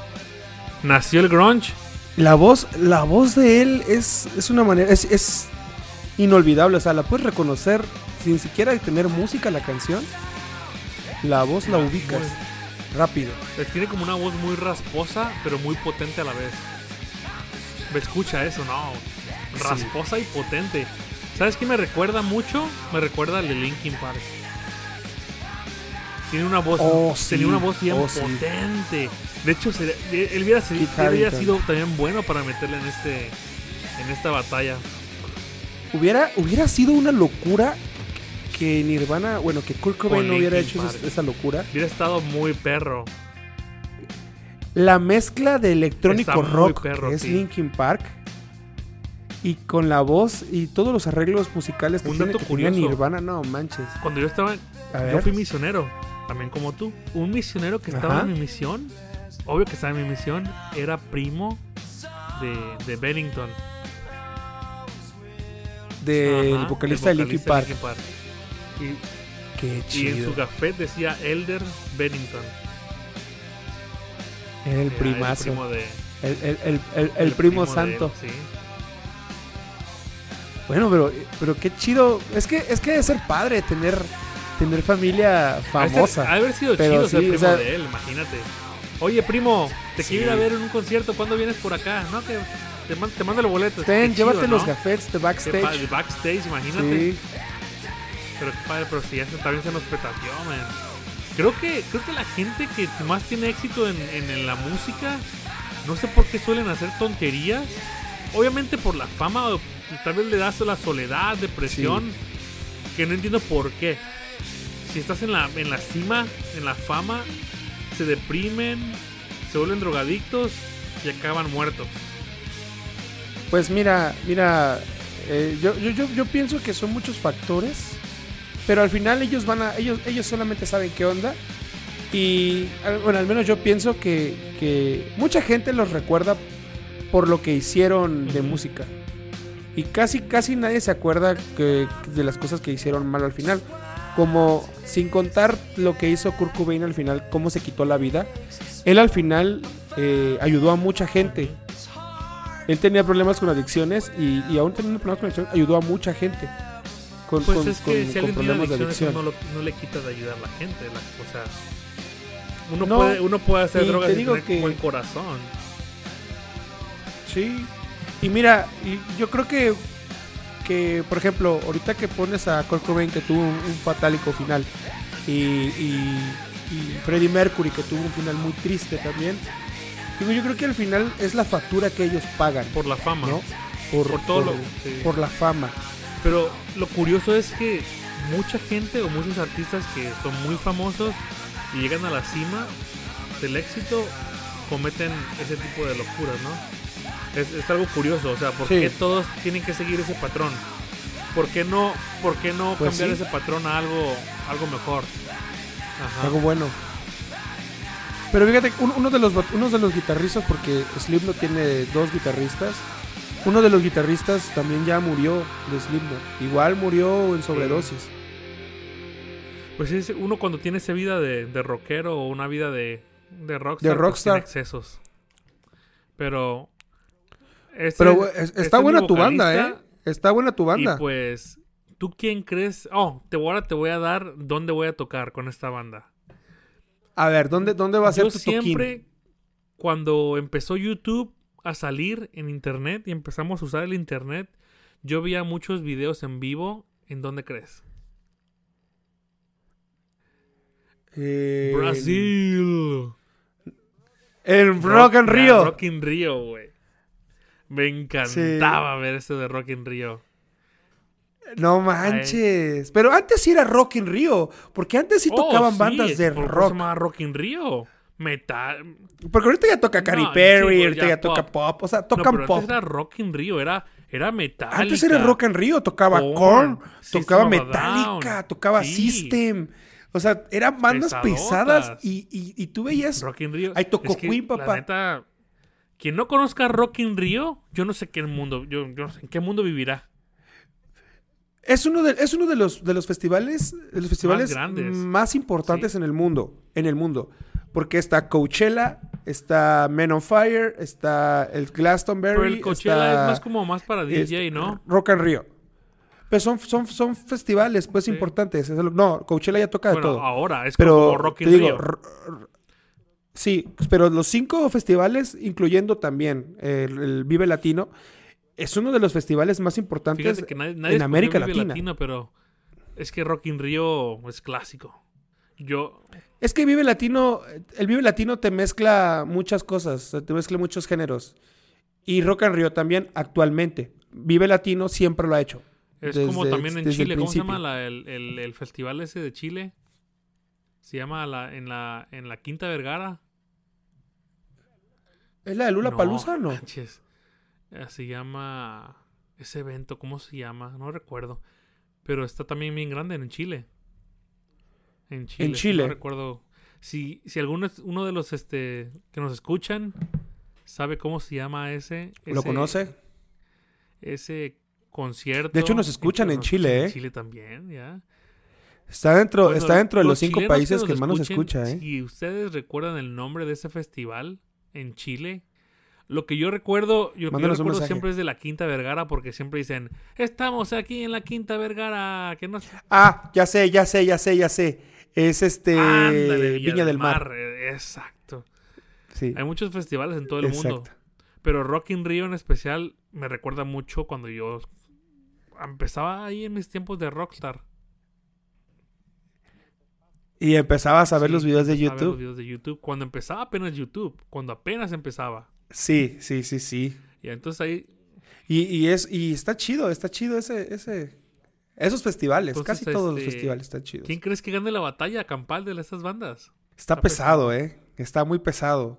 C: Nació el grunge.
D: La voz, la voz de él es, es una manera, es, es inolvidable, o sea, la puedes reconocer sin siquiera tener música la canción. La voz la ubicas rápido.
C: Pues Tiene como una voz muy rasposa, pero muy potente a la vez. ¿Me escucha eso? No. Rasposa y potente. ¿Sabes qué me recuerda mucho? Me recuerda al de Linkin Park. Tiene una voz,
D: Oh, sí.
C: tenía una voz bien
D: Oh, sí.
C: potente. De hecho, sería- eh, él hubiera, sido-
D: Kit
C: él hubiera
D: Harington.
C: sido también bueno para meterle en este en esta batalla.
D: Hubiera, hubiera sido una locura que Nirvana, bueno, que Kurt Cobain
C: Con
D: no hubiera
C: Linkin
D: hecho esa,
C: Park.
D: esa locura.
C: Hubiera estado muy perro.
D: La mezcla
C: Está
D: de electrónico
C: muy
D: rock
C: perro,
D: que es
C: sí.
D: Linkin Park y con la voz y todos los arreglos musicales que,
C: Un
D: tiene,
C: dato
D: que tenía
C: curioso.
D: Nirvana, no manches.
C: Cuando yo estaba
D: A
C: Yo
D: ver.
C: fui misionero, también como tú. Un misionero que estaba
D: Ajá.
C: en mi misión, obvio que estaba en mi misión, era primo de, de Bennington.
D: del
C: Ajá,
D: vocalista de
C: el
D: Linkin
C: vocalista
D: Park.
C: de Linkin Park.
D: Qué
C: Y, y en su
D: chido.
C: café decía Elder Bennington.
D: Era el
C: Era
D: primazo.
C: primo de-
D: El, el- el- el- el
C: el
D: primo,
C: de él,
D: santo.
C: sí.
D: Bueno, pero, pero qué chido. Es que, es que debe ser padre tener, tener familia
C: Ha de ser-
D: famosa.
C: Ha de haber sido
D: Pero
C: chido ser
D: sí, o
C: primo
D: sea-
C: de él, imagínate. Oye, primo, te quiero ir a ver en un concierto. ¿Cuándo vienes por acá? No, que te, man- te mando los boletos.
D: Ten,
C: ah, Qué chido,
D: llévate los
C: ¿no?
D: gafetes de
C: Qué pa-
D: backstage.
C: Backstage, imagínate.
D: Sí.
C: Pero qué padre, pero si ya se- también se nos petateó, man. Creo que, creo que la gente que más tiene éxito en, en- en la música, no sé por qué suelen hacer tonterías. Obviamente por la fama, o tal vez le das la soledad, depresión, que no entiendo por qué. Si estás en la, en la cima, en la fama, se deprimen, se vuelven drogadictos y acaban muertos.
D: Pues mira, mira, eh, yo, yo, yo, yo pienso que son muchos factores, pero al final ellos van a, ellos, ellos solamente saben qué onda. Y al- bueno, al menos yo pienso que, que mucha gente los recuerda por lo que hicieron de música. Y casi, casi nadie se acuerda que, de las cosas que hicieron mal al final. Como sin contar lo que hizo Kurt Cobain al final, cómo se quitó la vida. Él al final eh, ayudó a mucha gente. Él tenía problemas con adicciones y, y aún teniendo problemas con adicción, ayudó a mucha gente. Con,
C: Pues
D: con-
C: es que
D: con-
C: si
D: con
C: alguien tiene
D: problemas de
C: adicción, eso
D: adicción.
C: no, lo- no le quita de ayudar a la gente. la- o sea, uno,
D: No,
C: puede, uno puede
D: y
C: hacer
D: te
C: drogas y
D: digo
C: tener
D: que-
C: buen corazón.
D: Sí. Y mira, y yo creo que, que, por ejemplo, ahorita que pones a Kurt Cobain que tuvo un, un fatálico final y, y, y Freddie Mercury que tuvo un final muy triste también, digo, yo creo que al final es la factura que ellos pagan,
C: Por la fama.
D: ¿no?
C: por todo lo- sí.
D: por la fama.
C: Pero lo curioso es que mucha gente o muchos artistas que son muy famosos y llegan a la cima del éxito cometen ese tipo de locuras, ¿no? Es, es algo curioso, o sea, ¿por
D: Sí.
C: qué todos tienen que seguir ese patrón? ¿Por qué no, por qué no
D: Pues
C: cambiar
D: sí.
C: ese patrón a algo, algo mejor? Ajá.
D: algo bueno. Pero fíjate, un- uno de los bat- uno de los guitarristas, porque Slipknot tiene dos guitarristas, uno de los guitarristas también ya murió de Slipknot. Igual murió en sobredosis.
C: Pues es uno cuando tiene esa vida de, de rockero o una vida de, de rockstar.
D: De
C: pues
D: rockstar.
C: tiene excesos. Pero. este-
D: Pero güey, es-
C: este
D: está
C: es mi
D: buena tu banda, ¿eh?
C: vocalista,
D: Está buena tu banda.
C: Y pues. ¿Tú quién crees? Oh, te, voy- ahora te voy a dar dónde voy a tocar con esta banda.
D: a ver, ¿dónde, dónde va a ser
C: Yo
D: tu toquín?
C: siempre, cuando empezó YouTube a salir en internet y empezamos a usar el internet, yo veía muchos videos en vivo. ¿En dónde crees?
D: Eh,
C: Brasil.
D: En Rock and
C: Rock-
D: Rio.
C: Rock in Rio, güey. Me encantaba ver eso de Rock in Rio.
D: No manches. Pero antes sí era rock in Rio. Porque antes sí
C: Oh,
D: tocaban
C: sí,
D: bandas de
C: por- por
D: rock.
C: eso se llamaba Rock in Río. Metal.
D: Porque ahorita ya toca Cari
C: No, sí,
D: Perry,
C: güey,
D: ahorita
C: ya
D: ya, toca
C: pop.
D: pop. O sea,
C: no,
D: tocan
C: pero
D: pop.
C: antes era Rock in Rio, era, era metal.
D: Antes era Rock en Rio, tocaba
C: Korn,
D: Korn,
C: System
D: tocaba
C: of a
D: Metallica,
C: Down.
D: tocaba
C: Sí.
D: System. O sea, eran bandas
C: Pesadotas.
D: pesadas y, y, y tú veías.
C: Rock in Rio.
D: Ahí tocó
C: Es que,
D: Queen,
C: La
D: papá.
C: neta, quien no conozca Rock in Rio, yo no sé qué mundo, yo, yo no sé en qué mundo vivirá.
D: Es uno, de, es uno de los de los festivales, de los festivales más,
C: grandes.
D: importantes en el mundo. En el mundo. Porque está Coachella, está Men on Fire, está el Glastonbury.
C: Pero el Coachella
D: está-
C: es más como más para
D: es-
C: DJ, ¿no?
D: Rock and Rio. Pero son, son, son festivales, pues, importantes. Es lo- no, Coachella ya toca
C: Bueno,
D: de todo.
C: ahora es
D: pero
C: como Rock
D: te
C: in
D: digo,
C: Rio.
D: r- r- sí, pues, pero los cinco festivales, incluyendo también eh, el, el Vive Latino, es uno de los festivales más importantes
C: Fíjate que nadie, nadie
D: en
C: escogió
D: América
C: Vive
D: Latina.
C: Latino, pero es que Rock in Rio es clásico. Yo,
D: Es que Vive Latino, el Vive Latino te mezcla muchas cosas, te mezcla muchos géneros. Y Rock and Rio también actualmente. Vive Latino siempre lo ha hecho.
C: es
D: desde-
C: como también en
D: desde el
C: Chile, ¿cómo se
D: principio.
C: llama la- el, el- el festival ese de Chile? Se llama la, en, la, en la Quinta Vergara.
D: ¿Es la de Lula Palusa o no?
C: manches. Eh, Se llama. Ese evento, ¿cómo se llama? No recuerdo. Pero está también bien grande en Chile. En Chile.
D: Chile.
C: No recuerdo. Si, si alguno es- uno de los este, que nos escuchan sabe cómo se llama ese.
D: ¿Lo
C: ese-
D: conoce?
C: Ese concierto.
D: De hecho, nos escuchan en
C: nos
D: Chile,
C: escuchan
D: ¿eh?
C: Chile también, ya.
D: Está dentro,
C: Bueno,
D: está dentro de los cinco
C: chilenos
D: países que,
C: nos
D: más nos
C: escuchen,
D: escucha, ¿eh?
C: Si ustedes recuerdan el nombre de ese festival en Chile, lo que yo recuerdo, yo, lo que yo
D: Mándanos un
C: recuerdo
D: mensaje.
C: siempre es de la Quinta Vergara, porque siempre dicen, estamos aquí en la Quinta Vergara, que no sé-
D: Ah, ya sé, ya sé, ya sé, ya sé. Es este
C: Ándale,
D: Viña, del Mar.
C: eh, Exacto.
D: Sí.
C: Hay muchos festivales en todo el mundo.
D: Exacto.
C: Pero Rock in Rio en especial me recuerda mucho cuando yo empezaba ahí en mis tiempos de rockstar.
D: Y empezabas a ver los videos de
C: A ver los
D: YouTube.
C: videos de YouTube. Cuando empezaba apenas YouTube. Cuando apenas empezaba.
D: Sí, sí, sí, sí.
C: Y entonces ahí
D: Y, y es, y está chido, está chido ese, ese, esos festivales,
C: Entonces,
D: casi todos los
C: este,
D: festivales están chidos.
C: ¿Quién Ah, pues, crees que gane la batalla campal de estas bandas?
D: Está pesado, eh. Está muy pesado.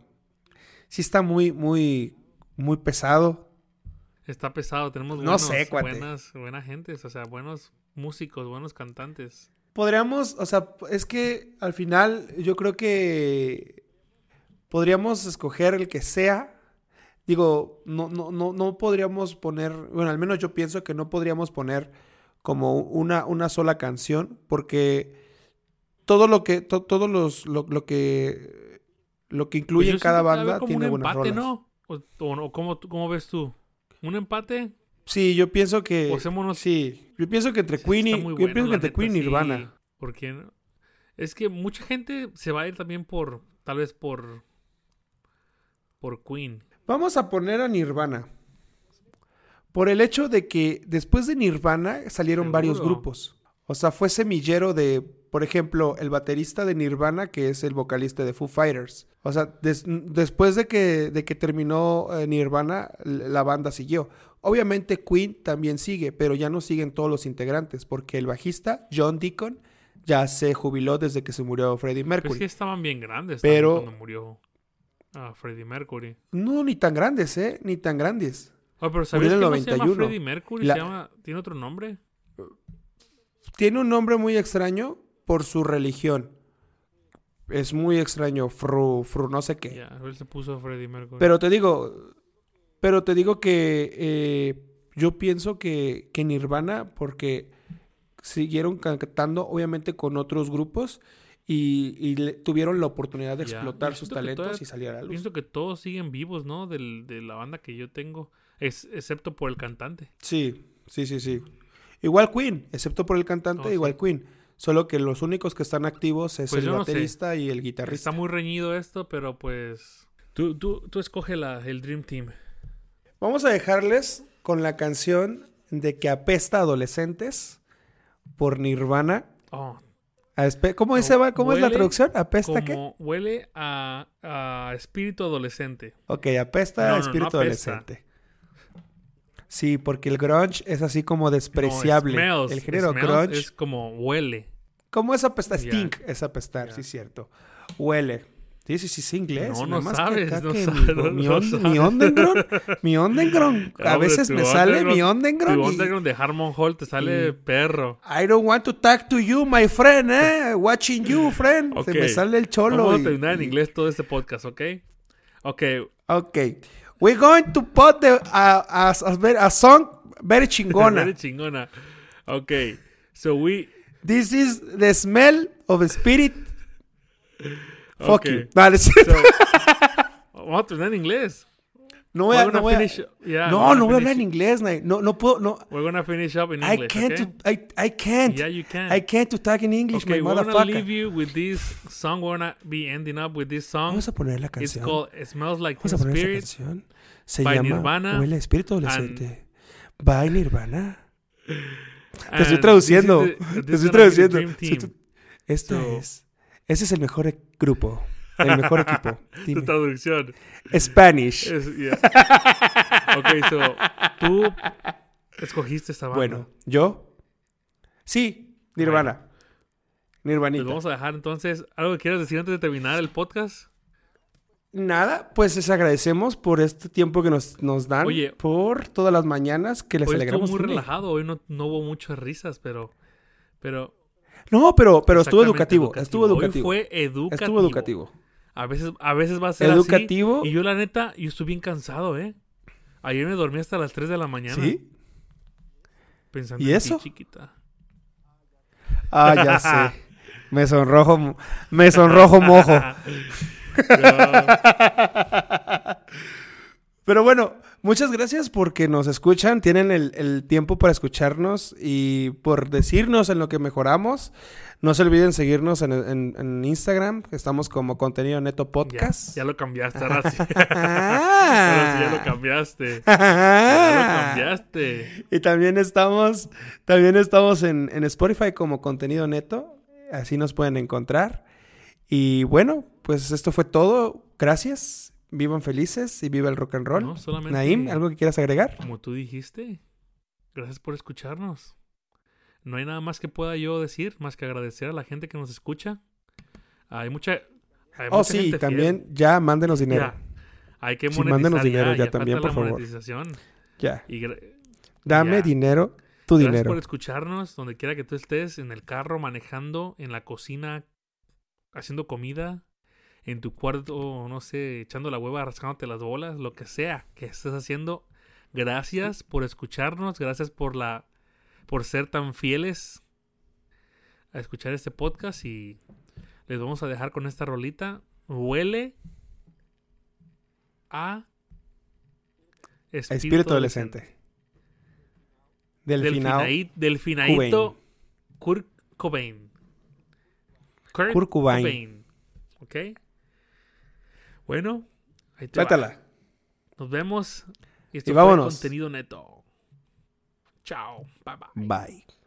D: Sí está muy, muy, muy pesado.
C: Está pesado, tenemos
D: No
C: buenos-
D: sé, cuate.
C: buenas, buena gentes, o sea, buenos músicos, buenos cantantes.
D: Podríamos, o sea, es que al final yo creo que podríamos escoger el que sea. Digo, no, no, no, no podríamos poner, bueno, al menos yo pienso que no podríamos poner como una, una sola canción, porque todo lo que, to- todos los, lo, lo que, lo que incluye
C: Pues yo
D: cada
C: siento que va a haber
D: banda
C: como
D: tiene
C: un
D: buenas
C: empate,
D: rolas.
C: ¿no? O, o- o ¿cómo, tú- cómo ves tú? ¿Un empate?
D: Sí, yo pienso que,
C: O hacémonos-
D: sí, yo pienso que entre Queen y,
C: Está muy
D: yo
C: bueno,
D: pienso que
C: la
D: entre
C: neta,
D: Queen y
C: sí,
D: Nirvana.
C: Porque no- es que mucha gente se va a ir también por, tal vez por, por Queen.
D: Vamos a poner a Nirvana. Por el hecho de que después de Nirvana salieron varios
C: Seguro.
D: grupos. O sea, fue semillero de, por ejemplo, el baterista de Nirvana, que es el vocalista de Foo Fighters. O sea, des- después de que, de que terminó eh, Nirvana, l- la banda siguió. Obviamente Queen también sigue, pero ya no siguen todos los integrantes, porque el bajista, John Deacon, ya se jubiló desde que se murió Freddie
C: Pero
D: Mercury.
C: es que estaban bien grandes también
D: Pero-
C: cuando murió ah, Freddie Mercury.
D: No, ni tan grandes, ¿eh? Ni tan grandes.
C: Ah, pero ¿sabías que
D: en el
C: no se llama
D: 91.
C: Freddie Mercury?
D: La-
C: Se llama, ¿Tiene otro nombre?
D: Tiene un nombre muy extraño por su religión. Es muy extraño, fru, fru no sé qué.
C: Ya, él se puso Freddie Mercury.
D: Pero te digo, pero te digo que eh, yo pienso que, que Nirvana, porque siguieron cantando obviamente con otros grupos y, y le- tuvieron la oportunidad de
C: Ya.
D: explotar
C: Yo
D: sus
C: siento que
D: talentos
C: todavía-
D: y salir a la luz.
C: Pienso que todos siguen vivos, ¿no? Del- de la banda que yo tengo, es, excepto por el cantante.
D: Sí, sí, sí, sí. Igual Queen, excepto por el cantante,
C: Oh,
D: igual Queen. Solo que los únicos que están activos es
C: Pues
D: el
C: yo no sé.
D: baterista y el guitarrista.
C: Está muy reñido esto, pero pues... Tú, tú, tú escoge la, el Dream Team.
D: Vamos a dejarles con la canción de que apesta a adolescentes por Nirvana.
C: Oh,
D: A espe- ¿Cómo dice? va? ¿Cómo es la
C: Huele
D: traducción? ¿Apesta qué?
C: como huele a, a espíritu adolescente.
D: Ok, apesta
C: No,
D: a
C: no, no
D: espíritu
C: apesta.
D: adolescente. Sí, porque el grunge es así como despreciable.
C: No, smells,
D: el género
C: smells
D: grunge.
C: es como huele.
D: Como es apestar,
C: Ya.
D: stink es apestar, sí es cierto. Huele. Sí, sí, sí, sí, inglés.
C: No, no
D: nada más
C: sabes,
D: acá
C: no
D: que
C: sabes,
D: mi-
C: no
D: Mi,
C: sabes.
D: onda- mi Ondengron, mi Ondengron. A
C: Hombre,
D: veces
C: tu
D: me sale mi
C: Tu
D: Ondengron. y-
C: underground de Harmon Hall te sale perro.
D: I don't want to talk to you, my friend, eh. Watching you, friend.
C: Ok.
D: Se me sale el cholo.
C: Vamos a
D: y-
C: terminar en inglés todo este podcast, ¿ok? Ok,
D: Ok. We're going to put the, a, a- a ver- a song very
C: Eres
D: chingona.
C: chingona. Ok, so we...
D: This is the smell of the spirit. Fuck
C: Ok.
D: you. Vale, sí.
C: So, vamos a terminar en inglés.
D: no voy a,
C: we're gonna
D: no voy a-
C: finish- yeah,
D: no,
C: we're gonna
D: no voy a hablar en
C: finish-
D: inglés, Nay. No, no puedo, no.
C: We're gonna finish up in
D: I
C: English,
D: can't,
C: okay?
D: to- I, I can't.
C: Yeah, you can.
D: I can't to talk in English,
C: Okay,
D: my
C: we're gonna
D: motherfucker.
C: leave you with this song. We're gonna be ending up with this song.
D: Vamos a poner la
C: It's
D: canción.
C: called It Smells Like
D: Vamos
C: Teen
D: a poner esa
C: Spirit.
D: canción. Se
C: by
D: llama
C: Nirvana
D: Huele a espíritu
C: and-
D: adolescente. By Nirvana. Te
C: And this
D: estoy
C: is
D: traduciendo.
C: the- this
D: Te
C: is
D: estoy
C: gonna be the
D: traduciendo.
C: Dream
D: Estoy
C: Team.
D: tra- Esto
C: So-
D: es. Ese es el mejor e- grupo. El mejor equipo.
C: Tu
D: Dime.
C: traducción.
D: Spanish.
C: Es- yeah. ok, so tú escogiste esta banda.
D: Bueno, ¿yo? Sí, Nirvana.
C: les
D: Nirvanita.
C: Pues vamos a dejar entonces algo que quieras decir antes de terminar el podcast.
D: Nada, pues les agradecemos por este tiempo que nos, nos dan.
C: Oye.
D: por todas las mañanas que les
C: Hoy estuvo
D: alegramos.
C: muy
D: con ello.
C: relajado, hoy no, no hubo muchas risas, pero pero
D: No, pero, pero estuvo
C: exactamente
D: educativo, Estuvo
C: Hoy
D: educativo.
C: fue educativo.
D: Estuvo educativo.
C: A veces, a veces va a ser
D: Educativo.
C: así. Y yo, la neta, yo estoy bien cansado, ¿eh? Ayer me dormí hasta las 3 de la mañana.
D: ¿Sí?
C: Pensando en
D: ¿Y
C: ti,
D: eso?
C: chiquita.
D: Ah, ya sé. Me sonrojo, mo- me sonrojo mojo. Pero bueno, muchas gracias porque nos escuchan, tienen el, el tiempo para escucharnos y por decirnos en lo que mejoramos. No se olviden seguirnos en, en- en Instagram, que estamos como contenido neto
C: Ya,
D: podcast.
C: ya lo cambiaste, ahora sí. ahora sí ya lo
D: Ah.
C: cambiaste. Ya lo
D: Ah.
C: cambiaste.
D: Y también estamos, también estamos en, en Spotify como contenido neto. Así nos pueden encontrar. Y bueno, pues esto fue todo. Gracias. Vivan felices y viva el rock and roll.
C: No, solamente-
D: Naim, ¿algo que quieras agregar?
C: Como tú dijiste, gracias por escucharnos. No hay nada más que pueda yo decir más que agradecer a la gente que nos escucha. Hay mucha. Hay
D: Oh,
C: mucha
D: sí,
C: gente
D: también
C: fiel.
D: ya mándenos dinero.
C: Ya. Hay que
D: Sí,
C: monetizar.
D: mándenos dinero
C: ya,
D: ya
C: falta
D: también, por
C: la
D: favor.
C: monetización.
D: Ya.
C: Y gra-
D: Dame
C: Ya.
D: dinero, tu
C: Gracias
D: dinero.
C: por escucharnos, donde quiera que tú estés, en el carro, manejando, en la cocina, haciendo comida, en tu cuarto, no sé, echando la hueva, rascándote las bolas, lo que sea que estés haciendo. Gracias por escucharnos, gracias por la por ser tan fieles a escuchar este podcast y les vamos a dejar con esta rolita. Huele a
D: A Espíritu adolescente. Delfinao.
C: Delfinaí- Delfinaito Kurt Cobain. Kurt
D: Kurt Cobain.
C: Ok. Bueno, ahí te va.
D: Trátala.
C: Nos vemos. Y esto
D: Y
C: fue
D: vámonos.
C: contenido neto. Chao. Bye bye.
D: Bye.
A: Mm,